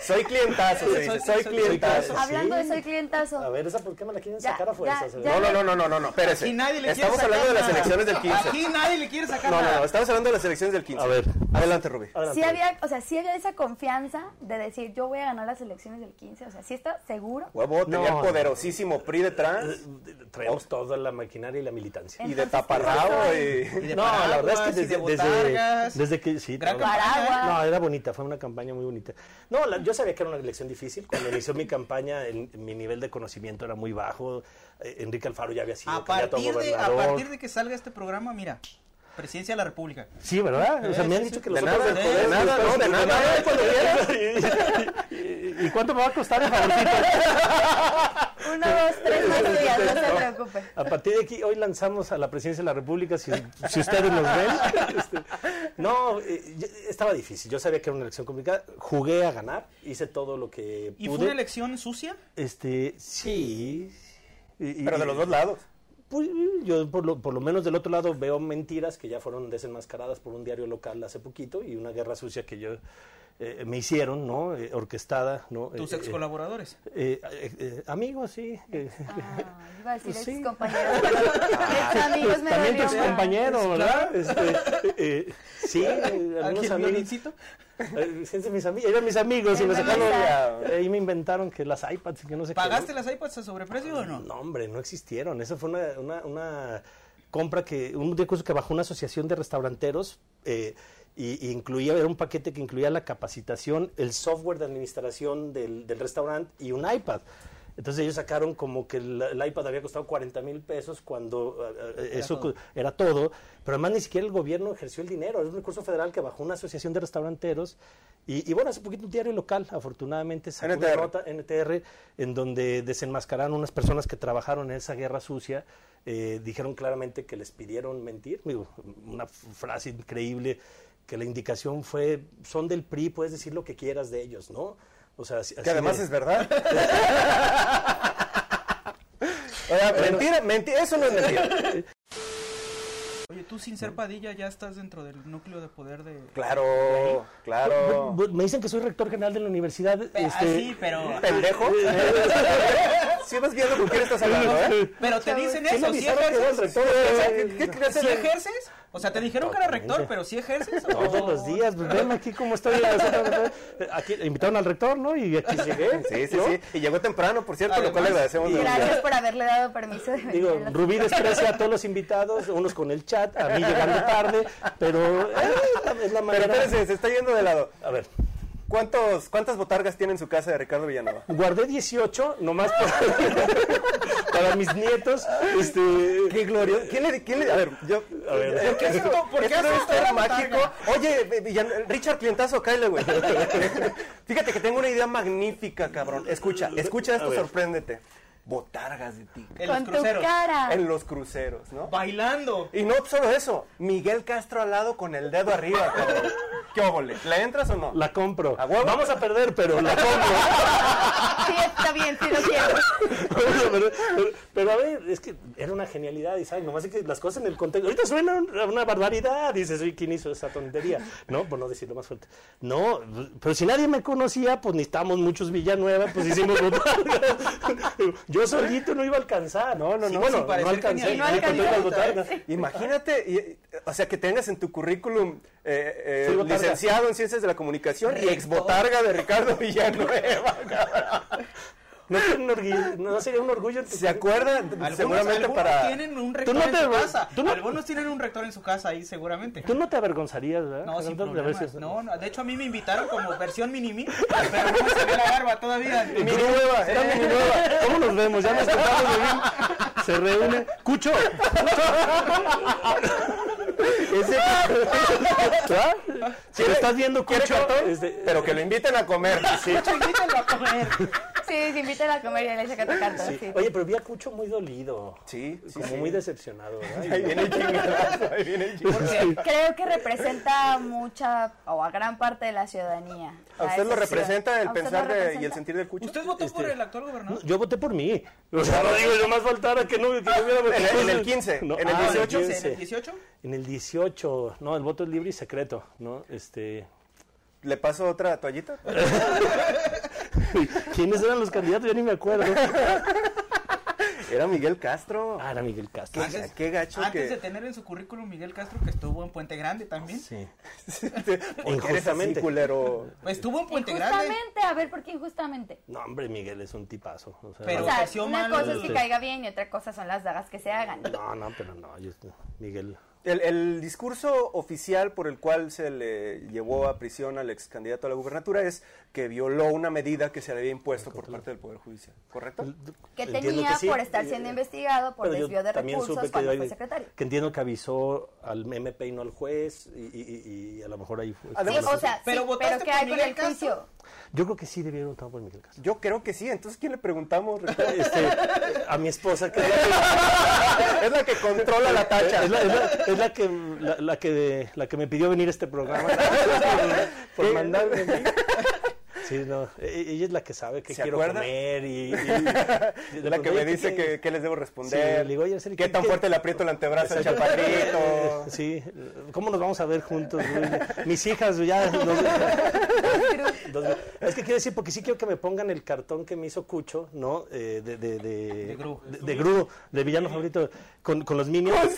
Speaker 1: Soy clientazo, se dice,
Speaker 4: Soy-
Speaker 1: soy
Speaker 4: soy
Speaker 1: clientazo.
Speaker 2: clientazo.
Speaker 3: Hablando
Speaker 2: sí.
Speaker 3: de soy
Speaker 2: A
Speaker 3: clientazo,
Speaker 2: ver, ¿esa por qué me la quieren
Speaker 3: Ya,
Speaker 2: sacar a fuerzas?
Speaker 3: ya,
Speaker 2: eh?
Speaker 3: ya.
Speaker 1: No, no, no, no, no, no, no, espérese.
Speaker 4: Aquí nadie le quiere
Speaker 1: Estamos
Speaker 4: sacar
Speaker 1: hablando de las
Speaker 4: nada.
Speaker 1: elecciones del 15.
Speaker 4: Aquí nadie le quiere sacar
Speaker 1: No, no,
Speaker 4: nada.
Speaker 1: no, estamos hablando de las elecciones del 15.
Speaker 2: A ver.
Speaker 1: Adelante, Rubí.
Speaker 3: sí
Speaker 2: Adelante.
Speaker 3: había, o sea, sí había esa confianza de decir, yo voy a ganar las elecciones del 15, o sea, sí está seguro.
Speaker 1: Huevo, tenía
Speaker 2: No. Eh,
Speaker 1: el poderosísimo PRI detrás
Speaker 2: Traemos toda la maquinaria y la militancia.
Speaker 1: y de
Speaker 3: Entonces,
Speaker 1: taparrabo
Speaker 4: Y
Speaker 1: y...
Speaker 4: de
Speaker 2: No, la verdad es
Speaker 4: paraguas,
Speaker 2: que
Speaker 4: y de
Speaker 2: desde, desde,
Speaker 4: botargas.
Speaker 2: desde que sí,
Speaker 4: Gran
Speaker 2: todo.
Speaker 4: campaña, ¿eh?
Speaker 3: Paraguas.
Speaker 2: No, era bonita, fue una campaña muy bonita. No, la- yo sabía que era una elección difícil. Cuando inició mi campaña, en- mi nivel de conocimiento era muy bajo. Eh, Enrique Alfaro ya había sido
Speaker 4: A
Speaker 2: candidato
Speaker 4: partir, de, a
Speaker 2: gobernador.
Speaker 4: partir de que salga este programa, mira, presidencia de la República.
Speaker 2: Sí, ¿verdad? O sea,
Speaker 4: Sí,
Speaker 2: me han
Speaker 4: sí,
Speaker 2: dicho
Speaker 4: sí.
Speaker 2: que
Speaker 1: De
Speaker 2: los
Speaker 1: nada,
Speaker 2: otros- pues,
Speaker 1: de nada, no, de nada.
Speaker 2: [laughs] ¿Y cuánto me va a costar el
Speaker 4: [laughs]
Speaker 2: favorito?
Speaker 3: Uno, dos, tres
Speaker 2: [laughs]
Speaker 3: más días, no se preocupe.
Speaker 2: A partir de aquí, hoy lanzamos a la presidencia de la República, si, si ustedes nos
Speaker 3: [laughs]
Speaker 2: ven. Este, no, eh, yo- estaba difícil. Yo sabía que era una elección complicada. Jugué a ganar, hice todo lo que
Speaker 4: ¿Y
Speaker 2: pude.
Speaker 4: fue una elección sucia?
Speaker 2: Este, sí. Y- y-
Speaker 1: Pero de los dos lados.
Speaker 2: Pues, yo por lo, por lo menos del otro lado veo mentiras que ya fueron desenmascaradas por un diario local hace poquito y una guerra sucia que yo eh, me hicieron, ¿no? Eh, orquestada, ¿no?
Speaker 4: Tus
Speaker 2: Eh,
Speaker 4: ex
Speaker 2: eh,
Speaker 4: colaboradores.
Speaker 2: eh, eh, eh, amigos, sí. eh.
Speaker 3: Ah, iba a decir
Speaker 2: Pues sí. Ah,
Speaker 3: ex compañeros, ex amigos me
Speaker 2: También tu
Speaker 3: dolió Ah. más.
Speaker 2: compañero, ¿verdad? Este, eh, eh, sí, eh,
Speaker 4: Aquí
Speaker 2: algunos
Speaker 4: el
Speaker 2: amigos.
Speaker 4: violincito.
Speaker 2: eh, sí, mis amigos, eran mis amigos y me
Speaker 3: Eran
Speaker 2: sacaron.
Speaker 1: amigos.
Speaker 2: Ahí me inventaron que las iPads y que Eh, no sé qué.
Speaker 4: ¿Pagaste las iPads a sobreprecio o no?
Speaker 2: No, hombre, no existieron. Esa fue una, una- una compra que, un recurso que bajó una asociación de restauranteros eh, y, y incluía, era un paquete que incluía la capacitación, el software de administración del, del restaurante y un iPad. Entonces ellos sacaron como que el, el iPad había costado 40 mil pesos cuando eh, eh, eso
Speaker 4: todo.
Speaker 2: cu- era todo, pero además ni siquiera el gobierno ejerció el dinero, es un recurso federal que bajó una asociación de restauranteros y, y bueno, hace poquito un diario local, afortunadamente, sacó una
Speaker 1: NTR.
Speaker 2: nota NTR, en donde desenmascararon unas personas que trabajaron en esa guerra sucia. eh, dijeron claramente que les pidieron mentir. Digo, una f- frase increíble que la indicación fue: son del PRI, puedes decir lo que quieras de ellos, ¿no? O sea, así- así
Speaker 1: Que además
Speaker 2: de-
Speaker 1: es
Speaker 2: [laughs]
Speaker 1: verdad. O sea, mentira, mentira, eso no es mentira.
Speaker 4: Oye, tú sin ser Padilla ya estás dentro del núcleo de poder de...
Speaker 1: Claro, claro.
Speaker 2: Bu- bu- Me dicen que soy rector general de la universidad.
Speaker 4: Pe- ah,
Speaker 2: este,
Speaker 4: sí,
Speaker 2: [laughs]
Speaker 4: pero...
Speaker 1: ¿Pendejo? Si vas viendo con quién estás hablando, ¿eh?
Speaker 4: Pero te dicen
Speaker 2: ¿Quién
Speaker 4: eso,
Speaker 2: me
Speaker 4: si
Speaker 2: avisaron que era el
Speaker 4: ejerces...
Speaker 2: rector?
Speaker 1: ¿Qué, qué crees
Speaker 4: ¿Si
Speaker 1: en el-
Speaker 4: ejerces? O sea, te dijeron que era rector,
Speaker 2: Totalmente.
Speaker 4: pero si ejerces... Oh, o-
Speaker 2: [laughs] Todos los días, pues ven aquí cómo estoy. [laughs] Aquí, invitaron al rector, ¿no? Y aquí llegué.
Speaker 1: Sí, sí,
Speaker 2: ¿no?
Speaker 1: sí. Y llegó temprano, por cierto, lo cual le
Speaker 4: Además,
Speaker 1: agradecemos. de verdad.
Speaker 3: Gracias por haberle dado permiso de venir
Speaker 2: Digo,
Speaker 3: a [laughs] la-
Speaker 2: Rubí desprecia a todos los invitados, unos con el chat, a mí llegando tarde, pero eh, es la, es la
Speaker 1: Pero
Speaker 2: manera.
Speaker 1: espérense, se está yendo de lado.
Speaker 2: A ver,
Speaker 1: ¿Cuántos, ¿Cuántas botargas tiene en su casa de Ricardo Villanueva?
Speaker 2: guardé 18 nomás para, [laughs] para mis nietos. Este,
Speaker 1: Qué glorioso. ¿Quién le, quién le- a ver, yo.
Speaker 2: A ver.
Speaker 1: ¿Por qué hace to- por qué
Speaker 4: Esto
Speaker 1: hace
Speaker 4: debe
Speaker 1: esto
Speaker 4: ser
Speaker 1: era
Speaker 4: una
Speaker 1: mágico? Oye, eh, Villan- Richard Clientazo, cáele,
Speaker 4: [laughs]
Speaker 1: güey. Fíjate que tengo una idea magnífica, cabrón. Escucha, escucha
Speaker 2: A
Speaker 1: esto,
Speaker 2: ver.
Speaker 1: sorpréndete. Botargas de ti.
Speaker 4: En los
Speaker 3: con tu
Speaker 4: cruceros.
Speaker 3: cara.
Speaker 1: En los cruceros, ¿no?
Speaker 4: Bailando.
Speaker 1: Y no solo eso, Miguel Castro al lado con el dedo arriba, cabrón. ¿Qué óvole? ¿La entras o no?
Speaker 2: La compro.
Speaker 1: ¿A huevo?
Speaker 2: Vamos a perder, pero la compro.
Speaker 3: [laughs] Sí, está bien, sí lo quiero.
Speaker 2: Vamos a perder, pero, pero a ver, es que era una genialidad, y saben, nomás es que las cosas en el contexto. Ahorita suena un- a una barbaridad, dices, "Uy, ¿quién hizo esa tontería? No, por no decirlo más fuerte. No, pero si nadie me conocía, pues ni estamos muchos Villanueva, pues hicimos botargas. [laughs] Yo solito no iba a alcanzar. No, no,
Speaker 4: Sí, pues,
Speaker 2: no,
Speaker 4: sin
Speaker 2: no,
Speaker 4: parecer
Speaker 2: alcancé.
Speaker 4: genial.
Speaker 3: No alcanzaste.
Speaker 2: encontré las botargas.
Speaker 1: Imagínate, y- y- o sea, que tengas en tu currículum eh, eh,
Speaker 2: Soy botarga.
Speaker 1: licenciado en Ciencias de la Comunicación y ex botarga de Ricardo Villanueva.
Speaker 2: No, sería un orgullo- no sería un orgullo.
Speaker 1: ¿Se acuerdan?
Speaker 4: Algunos,
Speaker 1: Seguramente
Speaker 4: algunos
Speaker 1: para...
Speaker 4: tienen un rector
Speaker 2: no
Speaker 4: en
Speaker 2: te
Speaker 4: su
Speaker 2: ve-
Speaker 4: casa.
Speaker 2: tú no-
Speaker 4: Algunos tienen un rector en su casa ahí, seguramente.
Speaker 2: Tú no te avergonzarías, ¿verdad?
Speaker 4: No, sin
Speaker 2: Fernando, de haber
Speaker 4: problemas.
Speaker 2: sido-
Speaker 4: No, no, de hecho a mí me invitaron como versión mini-mi, pero no se ve la
Speaker 2: [laughs]
Speaker 4: barba todavía.
Speaker 1: Mi nueva, era mi nueva.
Speaker 2: ¿Cómo nos vemos? Ya nos tocamos de bien. Se reúne. ¡Cucho! ¡Cucho! Ese- ¿Ah? Si lo estás viendo,
Speaker 1: ¿Quiere
Speaker 2: Cucho.
Speaker 1: cartón?
Speaker 2: este,
Speaker 1: Pero que lo inviten a [laughs] comer.
Speaker 4: De hecho, invítenlo a comer.
Speaker 3: Sí, sí, invítala a comer y le saca tu carta.
Speaker 2: sí.
Speaker 3: sí.
Speaker 2: Oye, pero vi a Cucho muy dolido.
Speaker 1: Sí, sí,
Speaker 2: Como
Speaker 1: sí.
Speaker 2: muy decepcionado, ¿verdad?
Speaker 1: Ahí viene el chingadazo, ahí viene el chingadazo.
Speaker 4: Porque
Speaker 3: Creo que representa mucha o a gran parte de la ciudadanía.
Speaker 1: ¿A
Speaker 3: La
Speaker 1: usted lo
Speaker 3: decepción.
Speaker 1: representa el
Speaker 3: ¿A usted lo
Speaker 1: pensar de- y el
Speaker 3: representa?
Speaker 1: sentir del cucho?
Speaker 4: ¿Usted votó por el actual gobernador?
Speaker 2: este, Yo voté por mí. O sea, no digo, yo más faltara que no, que no hubiera votado.
Speaker 1: En el- en el 15, en el
Speaker 2: ah,
Speaker 4: Ah,
Speaker 1: 18,
Speaker 4: ¿En el 18?
Speaker 2: En el 18, no, el voto es libre y secreto, ¿no? Este, [laughs]
Speaker 1: ¿Le paso otra toallita?
Speaker 2: ¿Quiénes eran los candidatos? Ya ni me acuerdo.
Speaker 1: Era Miguel Castro.
Speaker 2: Ah, era Miguel Castro.
Speaker 1: Qué- qué gacho
Speaker 4: Antes
Speaker 1: que-
Speaker 4: de tener en su currículum Miguel Castro, que estuvo en Puente Grande también.
Speaker 2: Sí.
Speaker 1: [laughs] Porque eres así, [laughs]
Speaker 2: Injustamente.
Speaker 1: culero.
Speaker 4: Pues estuvo en Puente Grande.
Speaker 3: Injustamente, a ver, ¿por qué injustamente?
Speaker 2: No, hombre, Miguel es un tipazo. O sea,
Speaker 4: Pero
Speaker 3: o sea,
Speaker 4: creció
Speaker 3: una
Speaker 4: mal.
Speaker 3: cosa es que
Speaker 2: Sí.
Speaker 3: caiga bien y otra cosa son las dagas que se hagan.
Speaker 2: No, no, pero no. yo- Miguel.
Speaker 1: El, el discurso oficial por el cual se le llevó a prisión al ex candidato a la gubernatura es que violó una medida que se le había impuesto por parte del Poder Judicial, ¿correcto?
Speaker 3: Que
Speaker 2: Entiendo
Speaker 3: tenía
Speaker 2: que sí. eh,
Speaker 3: por estar siendo investigado por
Speaker 2: pero yo
Speaker 3: desvío de
Speaker 2: también
Speaker 3: recursos
Speaker 2: supe que
Speaker 3: cuando
Speaker 2: hay-
Speaker 3: fue secretario.
Speaker 2: Que entiendo que avisó al MP y no al juez. Y, y- y- y a lo mejor ahí fue.
Speaker 1: Además-
Speaker 3: Sí, o sea,
Speaker 4: Pero
Speaker 3: pero, sí, pero
Speaker 4: votaste
Speaker 3: ¿qué
Speaker 4: por
Speaker 3: hay con
Speaker 4: Miguel
Speaker 3: el
Speaker 4: Castro.
Speaker 3: juicio?
Speaker 2: Yo creo que sí debieron votar por Miguel Castro.
Speaker 1: Yo creo que sí. Entonces, ¿quién le preguntamos? Ricardo?
Speaker 2: Este, a mi esposa que.
Speaker 1: [laughs] es la que controla la tacha.
Speaker 2: Es la, es la- es la que, la, la que, la que me pidió venir a este programa.
Speaker 1: [laughs]
Speaker 2: por, por mandarme. aquí. Sí, no. e- Ella es la que sabe que
Speaker 1: ¿Se
Speaker 2: quiero
Speaker 1: acuerda? [laughs]
Speaker 2: comer y.
Speaker 1: Es la que me dice que, qué les debo responder.
Speaker 2: Sí, le digo, oye, Araceli,
Speaker 1: ¿Qué
Speaker 2: ¿qué-
Speaker 1: tan
Speaker 2: qué-
Speaker 1: fuerte le aprieto el antebrazo al
Speaker 2: [laughs]
Speaker 1: chaparrito?
Speaker 2: Sí, ¿cómo nos vamos a ver juntos? güey? Mis hijas, güey,
Speaker 1: [laughs]
Speaker 2: ya. dos- dos- es que quiero decir, porque sí quiero que me pongan el cartón que me hizo Cucho, ¿no? Eh, de, de, de,
Speaker 4: De Gru.
Speaker 2: De, de Gru, de villano favorito, con, con los minions.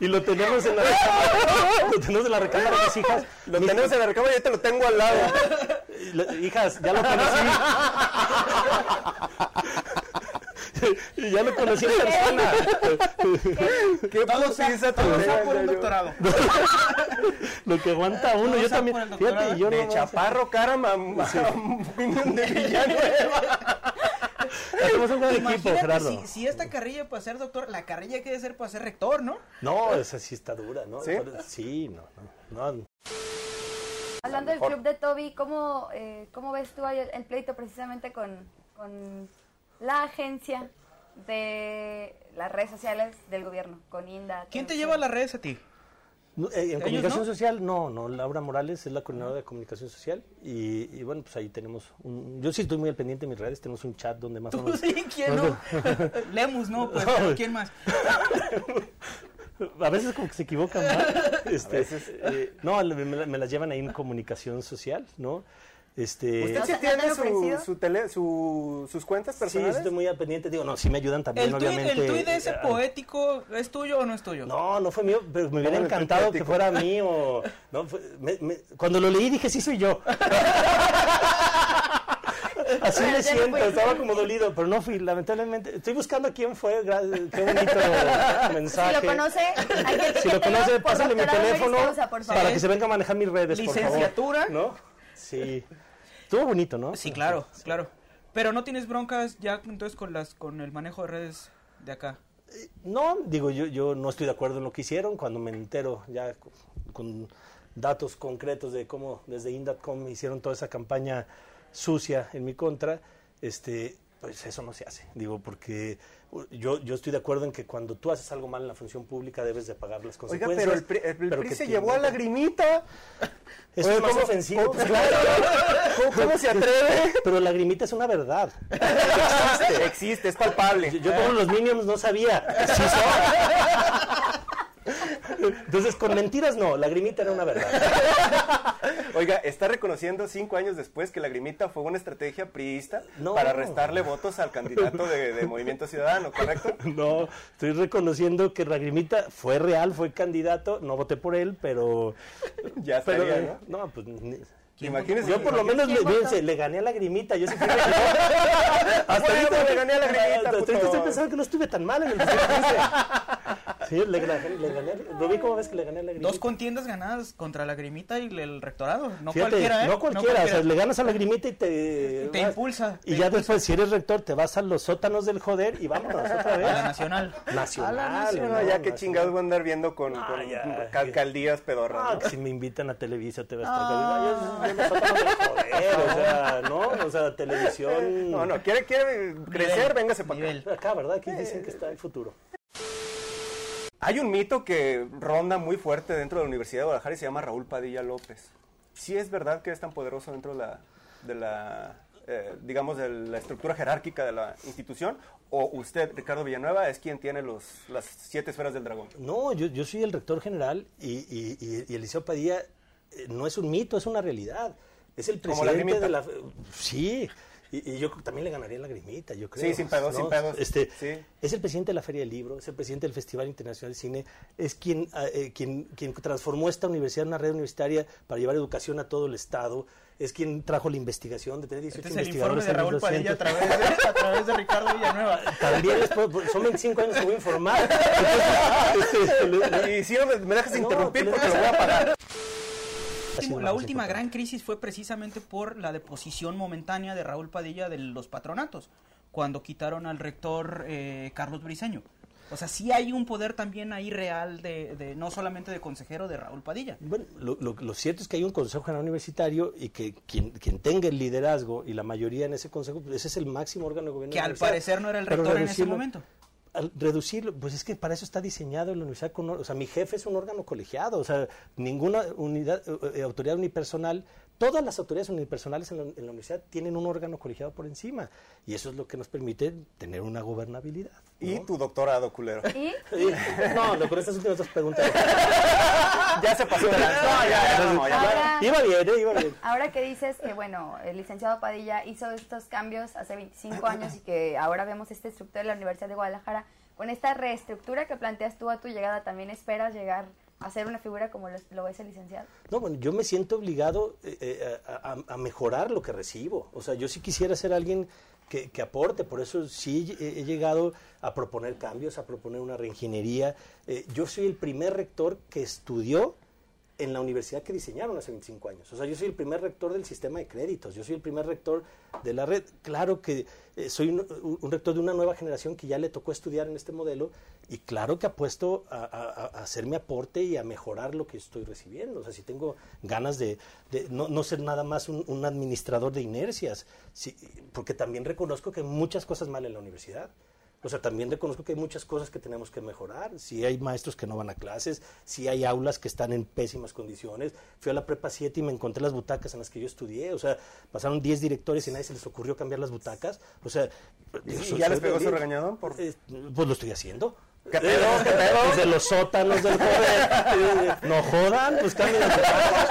Speaker 2: y lo tenemos en la recámara. [laughs] Lo tenemos en la recámara de mis hijas.
Speaker 1: Lo
Speaker 2: Mis-
Speaker 1: tenemos en la recámara y yo te lo tengo al lado.
Speaker 2: [laughs] la- hijas, ya lo conocí. Y [laughs] ya lo conocí en persona.
Speaker 1: ¿Qué
Speaker 4: Todo sea,
Speaker 1: putiza te
Speaker 4: todo sea
Speaker 1: pegan,
Speaker 4: por un
Speaker 1: yo-
Speaker 4: doctorado.
Speaker 2: Lo que aguanta uno,
Speaker 4: Todo
Speaker 2: yo
Speaker 4: sea
Speaker 2: también.
Speaker 4: por el
Speaker 2: Fíjate,
Speaker 4: doctorado.
Speaker 2: yo
Speaker 1: De
Speaker 2: no-
Speaker 1: chaparro, cara, mamá. [laughs] de Villanueva.
Speaker 2: Hacemos un gran equipo,
Speaker 4: Imagínate
Speaker 2: Gerardo.
Speaker 4: si, si esta carrilla para ser doctor, la carrilla que debe ser para ser rector, ¿no?
Speaker 2: No, esa sí está dura, ¿no?
Speaker 1: ¿Sí?
Speaker 2: Pero- sí, no, no, no.
Speaker 3: Hablando del club de Toby, ¿cómo, eh, cómo ves tú ahí el, el pleito precisamente con, con la agencia de las redes sociales del gobierno, con Inda?
Speaker 4: ¿Quién te
Speaker 3: con-
Speaker 4: lleva a las redes a ti?
Speaker 2: No, eh, en
Speaker 4: ¿Ellos
Speaker 2: comunicación
Speaker 4: no?
Speaker 2: social, no, no. Laura Morales es la coordinadora de comunicación social. Y, y bueno, pues ahí tenemos. Un, yo sí estoy muy al pendiente de mis redes. Tenemos un chat donde más o
Speaker 4: ¿Tú
Speaker 2: menos-
Speaker 4: sí? ¿Quién no? [laughs] Lemus, ¿no? Pues, pero ¿quién más?
Speaker 2: A veces como que se equivocan, ¿no? Este, eh, no, le- me, la- me las llevan ahí en comunicación social, ¿no? Este,
Speaker 1: ¿Usted sí
Speaker 3: ¿No te han
Speaker 1: tiene su,
Speaker 3: ofrecido?
Speaker 1: su tele- su- sus cuentas
Speaker 2: sí,
Speaker 1: personales?
Speaker 2: estoy muy al pendiente. Digo, no, sí me ayudan también,
Speaker 4: ¿El tuit,
Speaker 2: obviamente.
Speaker 4: el tuit de ese
Speaker 2: Ah,
Speaker 4: poético es tuyo o no es tuyo?
Speaker 2: No, no fue mío, pero me hubiera
Speaker 1: No, no,
Speaker 2: encantado que
Speaker 1: poético.
Speaker 2: fuera mío. No, fue- me- me- cuando lo leí dije, sí soy yo. Así
Speaker 3: Bueno,
Speaker 2: me
Speaker 3: ya no
Speaker 2: siento,
Speaker 3: fue.
Speaker 2: estaba como dolido, pero no fui, lamentablemente. Estoy buscando quién fue, gra- qué bonito
Speaker 3: Si
Speaker 2: mensaje.
Speaker 3: lo conoce, hay
Speaker 2: [laughs]
Speaker 3: que
Speaker 2: Si
Speaker 3: [laughs]
Speaker 2: lo
Speaker 3: etiquételo
Speaker 2: conoce,
Speaker 3: por
Speaker 2: pásale mi
Speaker 3: doctorado
Speaker 2: teléfono
Speaker 3: Maristosa, por favor.
Speaker 2: para que se venga a manejar mis redes,
Speaker 4: Licenciatura.
Speaker 2: por favor. ¿No? Sí. Estuvo bonito, ¿no?
Speaker 4: Sí, claro, claro. Pero no tienes broncas ya entonces con las con el manejo de redes de acá.
Speaker 2: No, digo, yo, yo no estoy de acuerdo en lo que hicieron. Cuando me entero ya con, con datos concretos de cómo desde Indatcom hicieron toda esa campaña sucia en mi contra, este, pues eso no se hace. Digo, porque uh, yo, yo estoy de acuerdo en que cuando tú haces algo mal en la función pública debes de pagar las
Speaker 1: Oiga,
Speaker 2: consecuencias.
Speaker 1: pero el, pri- el
Speaker 2: pero
Speaker 1: PRI
Speaker 2: que
Speaker 1: se
Speaker 2: tú-
Speaker 1: llevó a lagrimita.
Speaker 2: Eso
Speaker 1: Oye,
Speaker 2: es más
Speaker 1: ¿cómo-
Speaker 2: ofensivo.
Speaker 1: cómo-
Speaker 2: [laughs]
Speaker 1: claro. ¿Cómo, cómo se atreve?
Speaker 2: Pero lagrimita es una verdad.
Speaker 1: [laughs] Existe, existe, es palpable.
Speaker 2: Yo, yo como los Minions no sabía. Sí son. Entonces, con mentiras no, lagrimita era una verdad.
Speaker 1: Oiga, está reconociendo cinco años después que Lagrimita fue una estrategia priista
Speaker 2: No.
Speaker 1: para restarle votos al candidato de, de Movimiento Ciudadano, ¿correcto?
Speaker 2: No, estoy reconociendo que lagrimita fue real, fue candidato, no voté por él, pero...
Speaker 1: Ya
Speaker 2: pero
Speaker 1: estaría, ¿no?
Speaker 2: no, pues... ni-
Speaker 1: Imagínense.
Speaker 2: Yo por lo menos,
Speaker 3: ¿Quién
Speaker 2: le,
Speaker 3: votó?
Speaker 2: fíjense, le gané a lagrimita, yo sí
Speaker 1: [laughs]
Speaker 2: fui regidor.
Speaker 1: Por eso
Speaker 2: ahorita-
Speaker 1: le gané a Lagrimita,
Speaker 2: Hasta ahorita
Speaker 1: puto.
Speaker 2: estoy pensando que no estuve tan mal en el 2015. Sí, le, gané- le gané, a- Rubí, ¿cómo ves que le gané a lagrimita?
Speaker 4: Dos contiendas ganadas contra la grimita y el rectorado. No
Speaker 2: Fíjate,
Speaker 4: cualquiera, ¿eh?
Speaker 2: No cualquiera, o sea, le ganas a la grimita y te...
Speaker 4: Y te impulsa,
Speaker 2: Y
Speaker 4: te
Speaker 2: ya después, si eres rector, te vas a los sótanos del joder y vámonos otra
Speaker 4: A la
Speaker 2: vez.
Speaker 4: nacional.
Speaker 2: Nacional.
Speaker 1: Sí, no,
Speaker 2: ¿no?
Speaker 1: ya que
Speaker 2: Nacional.
Speaker 1: chingados voy a andar viendo con,
Speaker 2: Ah,
Speaker 1: con
Speaker 2: ya.
Speaker 1: alcaldías pedorras.
Speaker 2: Ah,
Speaker 1: ¿no?
Speaker 2: que si me invitan a Televisa te vas
Speaker 1: Ah.
Speaker 2: a estar... Yo, yo los sótanos del joder, o sea, ¿no? O sea, televisión...
Speaker 1: No, no, quiere, quiere crecer,
Speaker 4: Nivel,
Speaker 1: véngase para acá.
Speaker 4: nivel.
Speaker 2: Acá, ¿verdad?
Speaker 1: Eh.
Speaker 2: Aquí dicen que está el futuro.
Speaker 1: Hay un mito que ronda muy fuerte dentro de la Universidad de Guadalajara y se llama Raúl Padilla López. ¿Sí es verdad que es tan poderoso dentro de la, de la eh, digamos, de la estructura jerárquica de la institución? ¿O usted, Ricardo Villanueva, es quien tiene los, las siete esferas del dragón?
Speaker 2: No, yo, yo soy el rector general y, y, y, y Eliseo Padilla eh, no es un mito, es una realidad. Es el
Speaker 1: Como la
Speaker 2: presidente de la... Sí, y, y yo también le ganaría la grimita, yo creo.
Speaker 1: Sí, sin pedos, sin pedos.
Speaker 2: Este,
Speaker 1: Sí.
Speaker 2: Es el presidente de la Feria del Libro, es el presidente del Festival Internacional de Cine, es quien, ah, eh, quien, quien transformó esta universidad en una red universitaria para llevar educación a todo el Estado, es quien trajo la investigación de tener 18
Speaker 4: Este es el informe
Speaker 2: investigadores
Speaker 4: de
Speaker 2: en
Speaker 4: Raúl
Speaker 2: 1200.
Speaker 4: Padilla a través de, a través de Ricardo Villanueva.
Speaker 2: [laughs] También les puedo- son 25 años que voy a informar. Entonces, este, le- le-
Speaker 1: Y si no me, me dejas
Speaker 2: No,
Speaker 1: interrumpir
Speaker 2: pero-
Speaker 1: porque lo voy a pagar.
Speaker 2: Ha sido
Speaker 4: la
Speaker 2: una cosa
Speaker 4: última
Speaker 2: importante.
Speaker 4: gran crisis fue precisamente por la deposición momentánea de Raúl Padilla de los patronatos, cuando quitaron al rector eh, Carlos Briseño. O sea, sí hay un poder también ahí real, de, de- no solamente de consejero de Raúl Padilla.
Speaker 2: Bueno, lo, lo- lo cierto es que hay un consejo general universitario y que quien, quien tenga el liderazgo y la mayoría en ese consejo, pues ese es el máximo órgano de gobierno. de
Speaker 4: Que
Speaker 2: la
Speaker 4: al
Speaker 2: universidad.
Speaker 4: parecer no era el
Speaker 2: Pero
Speaker 4: rector en ese
Speaker 2: reducirlo-
Speaker 4: momento.
Speaker 2: Al reducirlo, pues es que para eso está diseñado la universidad. Con, or- o sea, mi jefe es un órgano colegiado, o sea, ninguna unidad, eh, eh, autoridad unipersonal, todas las autoridades unipersonales en la, en la universidad tienen un órgano colegiado por encima. Y eso es lo que nos permite tener una gobernabilidad.
Speaker 1: Y
Speaker 2: ¿no?
Speaker 1: tu doctorado, culero.
Speaker 3: Y
Speaker 2: Sí. [laughs] No, no, con estas últimas dos preguntas.
Speaker 1: ya se pasó. de lanza. No, [laughs] ya, ya, no, ya.
Speaker 3: ahora,
Speaker 2: Iba bien, eh, iba bien.
Speaker 3: ahora que dices que, bueno, el licenciado Padilla hizo estos cambios hace 25 años y que ahora vemos esta estructura de la Universidad de Guadalajara, con esta reestructura que planteas tú a tu llegada, ¿también esperas llegar a ser una figura como lo, lo es el licenciado?
Speaker 2: No, bueno, yo me siento obligado eh, eh, a, a- a mejorar lo que recibo. O sea, yo sí quisiera ser alguien que, que aporte, por eso sí he, he llegado a proponer cambios, a proponer una reingeniería. Eh, yo soy el primer rector que estudió en la universidad que diseñaron hace 25 años. O sea, yo soy el primer rector del sistema de créditos, yo soy el primer rector de la red. Claro que eh, soy un, un- un rector de una nueva generación que ya le tocó estudiar en este modelo y claro que apuesto a, a- a hacer mi aporte y a mejorar lo que estoy recibiendo. O sea, si tengo ganas de, de no, no ser nada más un, un administrador de inercias, sí, porque también reconozco que hay muchas cosas mal en la universidad. O sea, también reconozco que hay muchas cosas que tenemos que mejorar. Si hay maestros que no van a clases, si hay aulas que están en pésimas condiciones. Fui a la prepa 7 y me encontré las butacas en las que yo estudié. O sea, pasaron 10 directores y nadie se les ocurrió cambiar las butacas. O sea,
Speaker 1: ¿Y,
Speaker 2: digo,
Speaker 1: y
Speaker 2: soy-
Speaker 1: ya les
Speaker 2: soy
Speaker 1: pegó su
Speaker 2: feliz.
Speaker 1: regañadón? Por...
Speaker 2: Eh, pues lo estoy haciendo.
Speaker 1: ¿Qué pedo? ¿Qué pedo?
Speaker 2: Pues de los sótanos del poder.
Speaker 1: [laughs]
Speaker 2: No jodan, pues cambien las butacas.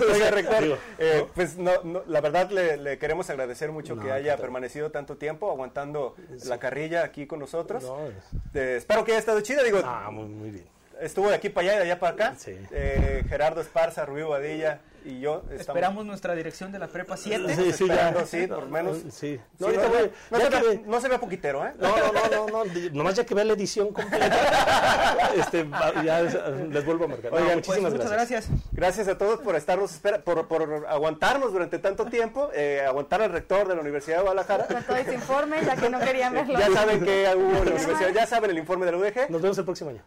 Speaker 2: [laughs]
Speaker 1: Oiga, rector,
Speaker 2: Digo,
Speaker 1: eh, pues no, no, la verdad le, le queremos agradecer mucho
Speaker 2: No,
Speaker 1: que haya
Speaker 2: claro.
Speaker 1: permanecido tanto tiempo aguantando la carrilla aquí con nosotros.
Speaker 2: No, es-
Speaker 1: Eh, espero que haya estado chida, digo,
Speaker 2: Ah, muy, muy bien.
Speaker 1: estuvo de aquí para allá y de allá para acá.
Speaker 2: Sí.
Speaker 1: Eh, Gerardo Esparza, Rubí Badilla y yo estamos
Speaker 4: Esperamos nuestra dirección de la prepa 7.
Speaker 2: Sí, sí,
Speaker 1: esperando,
Speaker 2: ya.
Speaker 1: sí, por menos.
Speaker 2: Sí.
Speaker 1: Sí,
Speaker 2: No, ahorita
Speaker 1: no,
Speaker 2: voy.
Speaker 1: no
Speaker 2: ya
Speaker 1: se
Speaker 2: que
Speaker 1: vea-
Speaker 2: ve-
Speaker 1: no se vea poquitero, ¿eh?
Speaker 2: No, no, no, no, no, di- nomás ya que vea la edición
Speaker 4: [laughs]
Speaker 2: completa, este, va- ya eh, les vuelvo a marcar. No,
Speaker 1: Oigan,
Speaker 4: Pues,
Speaker 2: muchísimas
Speaker 4: muchas
Speaker 2: gracias.
Speaker 4: gracias.
Speaker 1: Gracias a todos por estarnos espera, por, por aguantarnos durante tanto tiempo, eh, aguantar al rector de la Universidad de Guadalajara. Eh,
Speaker 3: Con todo ese informe, ya que no querían verlo.
Speaker 1: Ya saben que hubo
Speaker 3: [laughs]
Speaker 1: en la universidad, ya saben el informe de la UDG.
Speaker 2: Nos vemos el próximo año.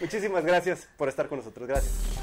Speaker 1: Muchísimas gracias por estar con nosotros. Gracias.